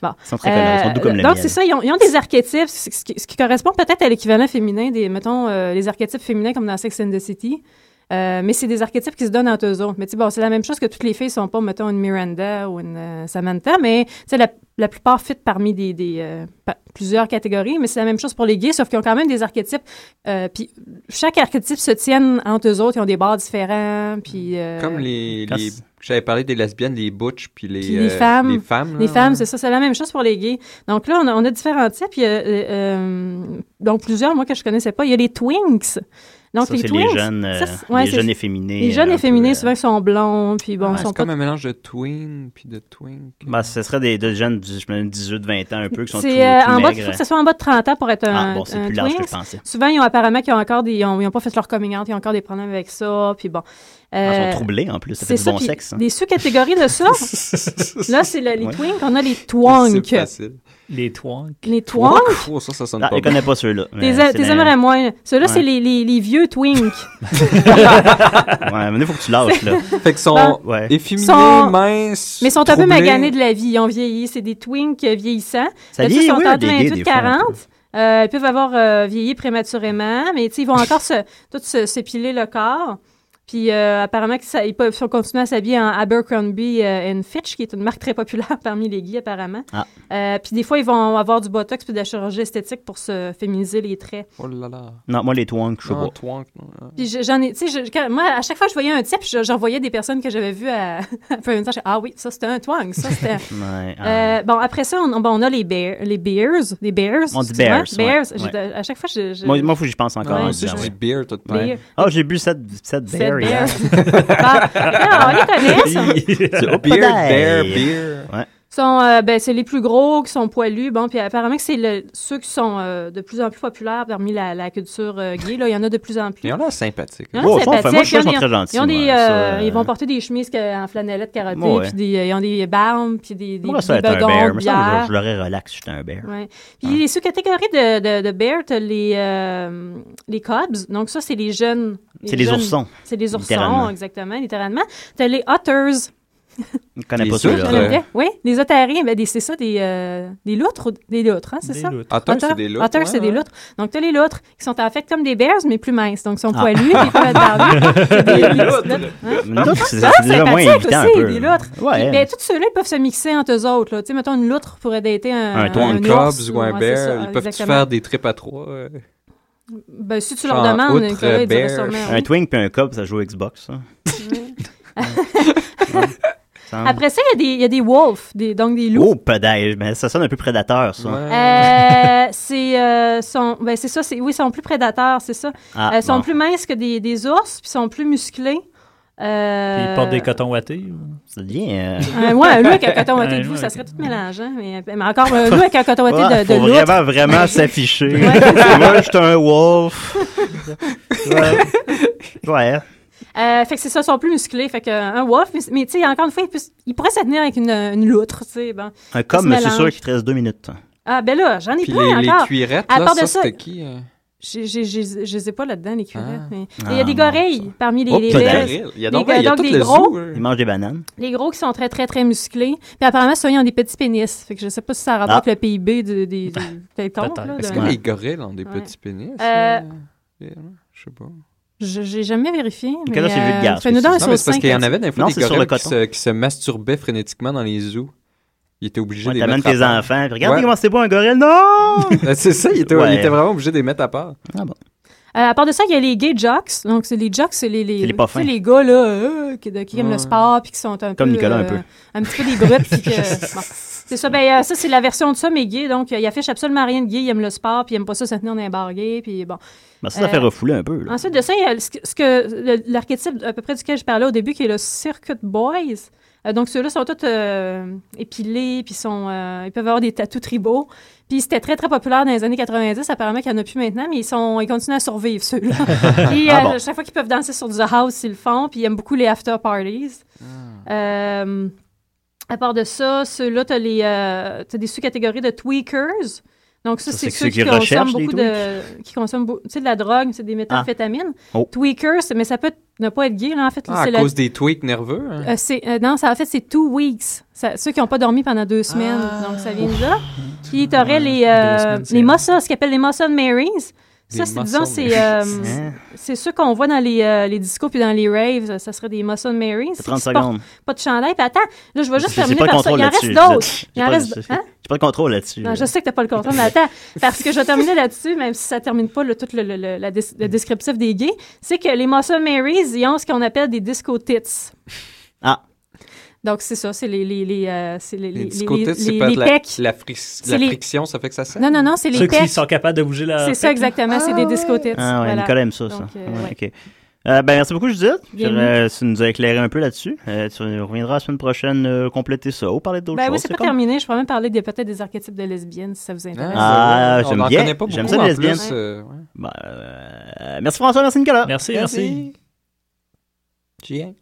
Bon. Euh, Ils sont très colorés, ils sont doux comme le donc, miel. c'est ça, ils ont, ils ont des archétypes, ce ce qui, ce qui correspond peut-être à l'équivalent féminin des, mettons, euh, les archétypes féminins comme dans Sex and the City. Euh, mais c'est des archétypes qui se donnent entre eux autres. Mais tu sais, bon, c'est la même chose que toutes les filles sont pas, mettons, une Miranda ou une euh, Samantha, mais tu sais, la, la plupart fit parmi des, des, euh, pa- plusieurs catégories, mais c'est la même chose pour les gays, sauf qu'ils ont quand même des archétypes. euh, puis chaque archétype se tienne entre eux autres, ils ont des bars différents, puis... euh, Comme les. Quand les- c'est- J'avais parlé des lesbiennes, les butch, puis les, Puis les euh, femmes. Les femmes, Les là, femmes, ouais. c'est ça, c'est la même chose pour les gays. Donc là, on a, on a différents types. Il y a, euh, euh, donc plusieurs, moi, que je connaissais pas. Il y a les twinks. Donc Ça, les c'est les twinks. jeunes, euh, ça, c'est- ouais, les c'est- jeunes efféminés. les jeunes euh, un efféminés, peu, euh, souvent, ils sont blonds, puis bon, Ah, ils c'est sont pas. comme un mélange de twin puis de twink. Ben, ce serait des, des jeunes, du- je me dis 18-20 ans un peu, qui sont tout, C'est euh, tout en bas, de- maigres. faut que ce soit en bas de 30 ans pour être un. Ah, bon, c'est un plus large que twinks. je pensais. Souvent, ils ont apparemment qu'ils ont encore des. Ils ont, ils ont pas fait leur coming out, ils ont encore des problèmes avec ça, puis bon. Ah, Ils Euh, sont troublés, en plus. Ça c'est fait du bon puis sexe. hein. Des sous-catégories de [laughs] ça. [laughs] là, c'est le- les Ouais. twinks. On a les C'est twonks. facile. Les twonks. Les twonks. Oh, ça, ça sonne Ah, pas je bien. connais pas ceux-là. mais T'es c'est t'es la- aimerais moins. Ceux-là, Ouais. c'est les, les, les vieux twinks. Ouais, mais il faut que tu lâches, [laughs] là. Fait qu'ils sont Ben- Ouais. efféminés, Sont- minces, Mais ils sont un peu troublés. maganés de la vie. Ils ont vieilli. C'est des twinks euh, vieillissants. Ça Là-dessus, lie, ils sont oui, entre des gays, des fois, un 28-40. ils euh, peuvent avoir euh, vieilli prématurément, mais tu sais, ils vont encore se, tout se s'épiler le corps. Puis euh, apparemment, que ça- ils peuvent ils ont continué à s'habiller en Abercrombie euh, and Fitch, qui est une marque très populaire [laughs] parmi les gays, apparemment. Ah. Euh, puis des fois, ils vont avoir du botox puis de la chirurgie esthétique pour se féminiser les traits. Oh là là. Non, moi, les twanks, je sais Non, pas. twank, non, Ah. non. Puis je- j'en ai, tu sais, je- quand- moi, à chaque fois que je voyais un type, je, je revoyais des personnes que j'avais vues à. [laughs] Après un temps, je ah oui, ça c'était un twang, ça c'était. Ouais, ah. Euh, bon, après ça, on, bon, on a les, bears, les Bears. Les Bears. On dit excuse-moi, Bears, ouais. Bears. J'ai- Ouais. À chaque fois, je. je- Moi, moi, faut que j'y pense encore. Ouais. en Moi aussi, disant, je ouais. dis beer tout le Beer. temps. Ah, j'ai bu cette, cette Cette bière. bière. [laughs] non, on les connaît, ça. C'est Beer, beer, beer, beer. Ouais. sont, euh, ben, c'est les plus gros, qui sont poilus. Bon, puis apparemment que c'est le- ceux qui sont euh, de plus en plus populaires parmi la, la culture euh, gay. Là, il y en a de plus en plus. Il y en a sympathique. Ils hein. ont Wow, l'air enfin, moi, je sympathiques, trouve qu'ils ils ont sont des- très gentils, Ils, ont des, moi, ça, euh, euh, ils vont porter des chemises que- en flanellette carottée, Ouais. puis des- ils ont des barmes, puis des, des, Moi, ça va des être un bedons, bear. de Mais ça, je- bière. je l'aurais relax si j'étais un bear. Ouais. Puis les sous-catégories de, de, de bears, t'as les, euh, les cubs. Donc ça, c'est les jeunes. C'est les jeunes- oursons, C'est les oursons, littéralement. exactement, littéralement. T'as les otters. Je connais Les pas autres, celui-là. là. J'aime bien. Oui, les otariens, ben, des- c'est ça, des, euh, des loutres, ou- des loutres, hein, c'est ça? Otter, c'est des loutres, Otter, ouais, c'est des ouais. loutres. Donc, tu as les loutres qui sont en fait comme des bears, mais plus minces. Donc, ils sont Ah. poilus, ils peuvent être [laughs] barbus. C'est des- des loutres. petites loutres, hein. Mais non, c'est Ah, c'est déjà moins sympathique évident un aussi, peu. des loutres. Puis, Ouais. ben, tous ceux-là, ils peuvent se mixer entre eux autres. là. Tu sais, mettons, une loutre pourrait dater un, Un Ou twan un ours, Cubs ou un ouais, c'est ça, Bear, ils peuvent exactement. faire des trips à trois. euh, Ben, si tu leur Genre, demandes, outre, Corée, ils diraient bear. sûrement Ah oui. Un twink puis un cop, ça joue au Xbox, ça. [laughs] Semble. Après ça, il y a des- il y, a des wolves, des, donc des loups. Oh, pedage. Mais ça sonne un peu prédateur, ça. ouais. Euh, c'est euh, sont- ben, c'est ça, c'est, oui, ils sont plus prédateurs, c'est ça. Ah, Euh, ils sont bon. plus minces que des, des ours, puis ils sont plus musclés. Euh, Puis ils portent des cotons wattés. ou- C'est bien. euh, Euh, ouais, un loup avec un coton watté de Un vous, loup ça avec- serait tout mélangeant. Mais, mais encore, un loup avec un coton watté ouais, de, de Ah, faut loutre. vraiment, [laughs] vraiment s'afficher. [laughs] Moi, je suis un wolf. ouais. Ouais. Euh, fait que c'est ça, ils sont plus musclés. Fait qu'un wolf, mais, mais tu sais, encore une fois, il, peut- il pourrait se tenir avec une, une loutre, tu sais. Bon. Un com, se mais c'est mélange. sûr qu'il te reste deux minutes. Ah, ben là, j'en ai Puis plein les, les encore. cuirettes, À là, part de ça, ça- c'était qui? hein? J'ai- j'ai- j'ai- Je les ai pas là-dedans, les cuirettes. Ah. mais- Il y a Ah, des non, gorilles parmi les, Oh, les putain. bears. Daryl. Il y a les donc, il y a gars- donc tout les le gros. zoo, hein. Il mange des bananes. Les gros qui sont très, très, très musclés. Puis apparemment, ceux-là, ils ont des petits pénis. Fait que je sais pas si ça a rapport Ah. avec le PIB du- des, des, des comptes, là, Peut-être. Est-ce de- que Ouais. les gorilles ont des Ouais. petits pénis? Euh, euh, réellement? Je sais pas. Je- J'ai jamais vérifié. euh, Et que là, c'est vulgaire, Fais-nous ce que donc Non, un mais c'est saucisson. parce qu'il y en avait des fois Non, des c'est sur gorilles le qui coton. se, qui se masturbaient frénétiquement dans les zoos. Ils étaient obligés Ouais, de les T'amènes mettre tes à part. enfants. puis Regardez Ouais. comment c'est beau un gorille. [laughs] Non! [laughs] C'est ça, ils étaient, Ouais. ils étaient vraiment obligés de les mettre à part. Euh, à part de ça, il y a les gay jocks. Donc, c'est les jocks, c'est les, C'est les, les pas tu sais, fins. les gars là, euh, qui, de- qui aiment Ouais. le sport puis qui sont un peu. euh, Comme Nicolas, un peu. Un petit peu des brutes. [laughs] puis que- bon. C'est ça. Ben, euh, ça, c'est la version de ça, mais gay. Donc, euh, ils affichent absolument rien de gay. Ils aiment le sport puis ils aiment pas ça se tenir dans un bar gay. Puis bon. Ben, ça, ça fait Euh, refouler un peu. Là. Ensuite de ça, il y a le- ce que- ce que le- l'archétype à peu près duquel je parlais au début, qui est le Circuit Boys. Euh, donc, ceux-là sont tous euh, épilés, puis sont, euh, ils peuvent avoir des tatous tribaux. Puis c'était très, très populaire dans les années 90. Apparemment qu'il n'y en a plus maintenant, mais ils, sont, ils continuent à [laughs] survivre, ceux-là. Puis Ah euh, bon. chaque fois qu'ils peuvent danser sur du house, ils le font. Puis ils aiment beaucoup les after-parties. Ah. Euh, à part de ça, ceux-là, tu as, des sous-catégories de tweakers. Donc, ça, Ça, c'est c'est ceux ceux qui qui consomment recherchent les beaucoup de. qui consomment beau- tu sais, de la drogue, c'est des méthamphétamines. Oh. Tweakers, mais ça peut être- ne pas être gay, là, en fait. Ah, à c'est la- cause des tweaks nerveux. hein? euh, c'est- euh, non, ça, en fait, c'est two weeks. Ça- ceux qui n'ont pas dormi pendant deux semaines. Donc, ça vient de là. Puis, tu aurais les, euh, Deux semaines, c'est- les muscles, ce qu'ils appellent les muscle Marys. Ça, Des c'est, disons, muscle c'est, euh, Hein? c'est ceux qu'on voit dans les, euh, les discos puis dans les raves. Ça serait des muscle Marys. 30 Ils se portent secondes. pas de chandail. Puis attends, là, je vais juste J'ai- j'ai terminer pas le par ça. contrôle Il en là-dessus, reste je d'autres. dis- Il j'ai en pas- reste. j'ai- Hein? J'ai pas de contrôle là-dessus. Non, je sais que t'as pas le contrôle, [laughs] mais attends, parce que je vais terminer là-dessus, même si ça termine pas le, tout le, le- le- la des- le descriptif des gays, c'est que les Muscle Marys, ils ont ce qu'on appelle des disco tits. Ah. Donc, c'est ça, c'est les, les, les, euh, c'est les, Les les, petits côtés, les- c'est les- pas les de la, pecs. la, fric- C'est la les- friction, ça fait que ça sert. Non, non, non, c'est Ceux les qui pecs. sont capables de bouger leur C'est ça, pique, là. exactement, c'est des disco tits. Ah ouais, voilà. Nicolas aime ça, Donc, ça. euh, Ouais, ouais. ok. Euh, ben, merci beaucoup, Judith. Puis, Bienvenue. euh, tu nous as éclairé un peu là-dessus. Euh, tu reviendras la semaine prochaine euh, compléter ça ou parler d'autres Ben choses. oui, c'est pas comme- terminé, je pourrais même parler des- peut-être des archétypes de lesbiennes, si ça vous intéresse. Ah, Hein? on j'aime en bien. connaît pas J'aime beaucoup, ça, les en plus, lesbiennes. euh, ouais. Ben, euh, merci François, merci Nicolas. Merci, merci. Tiens.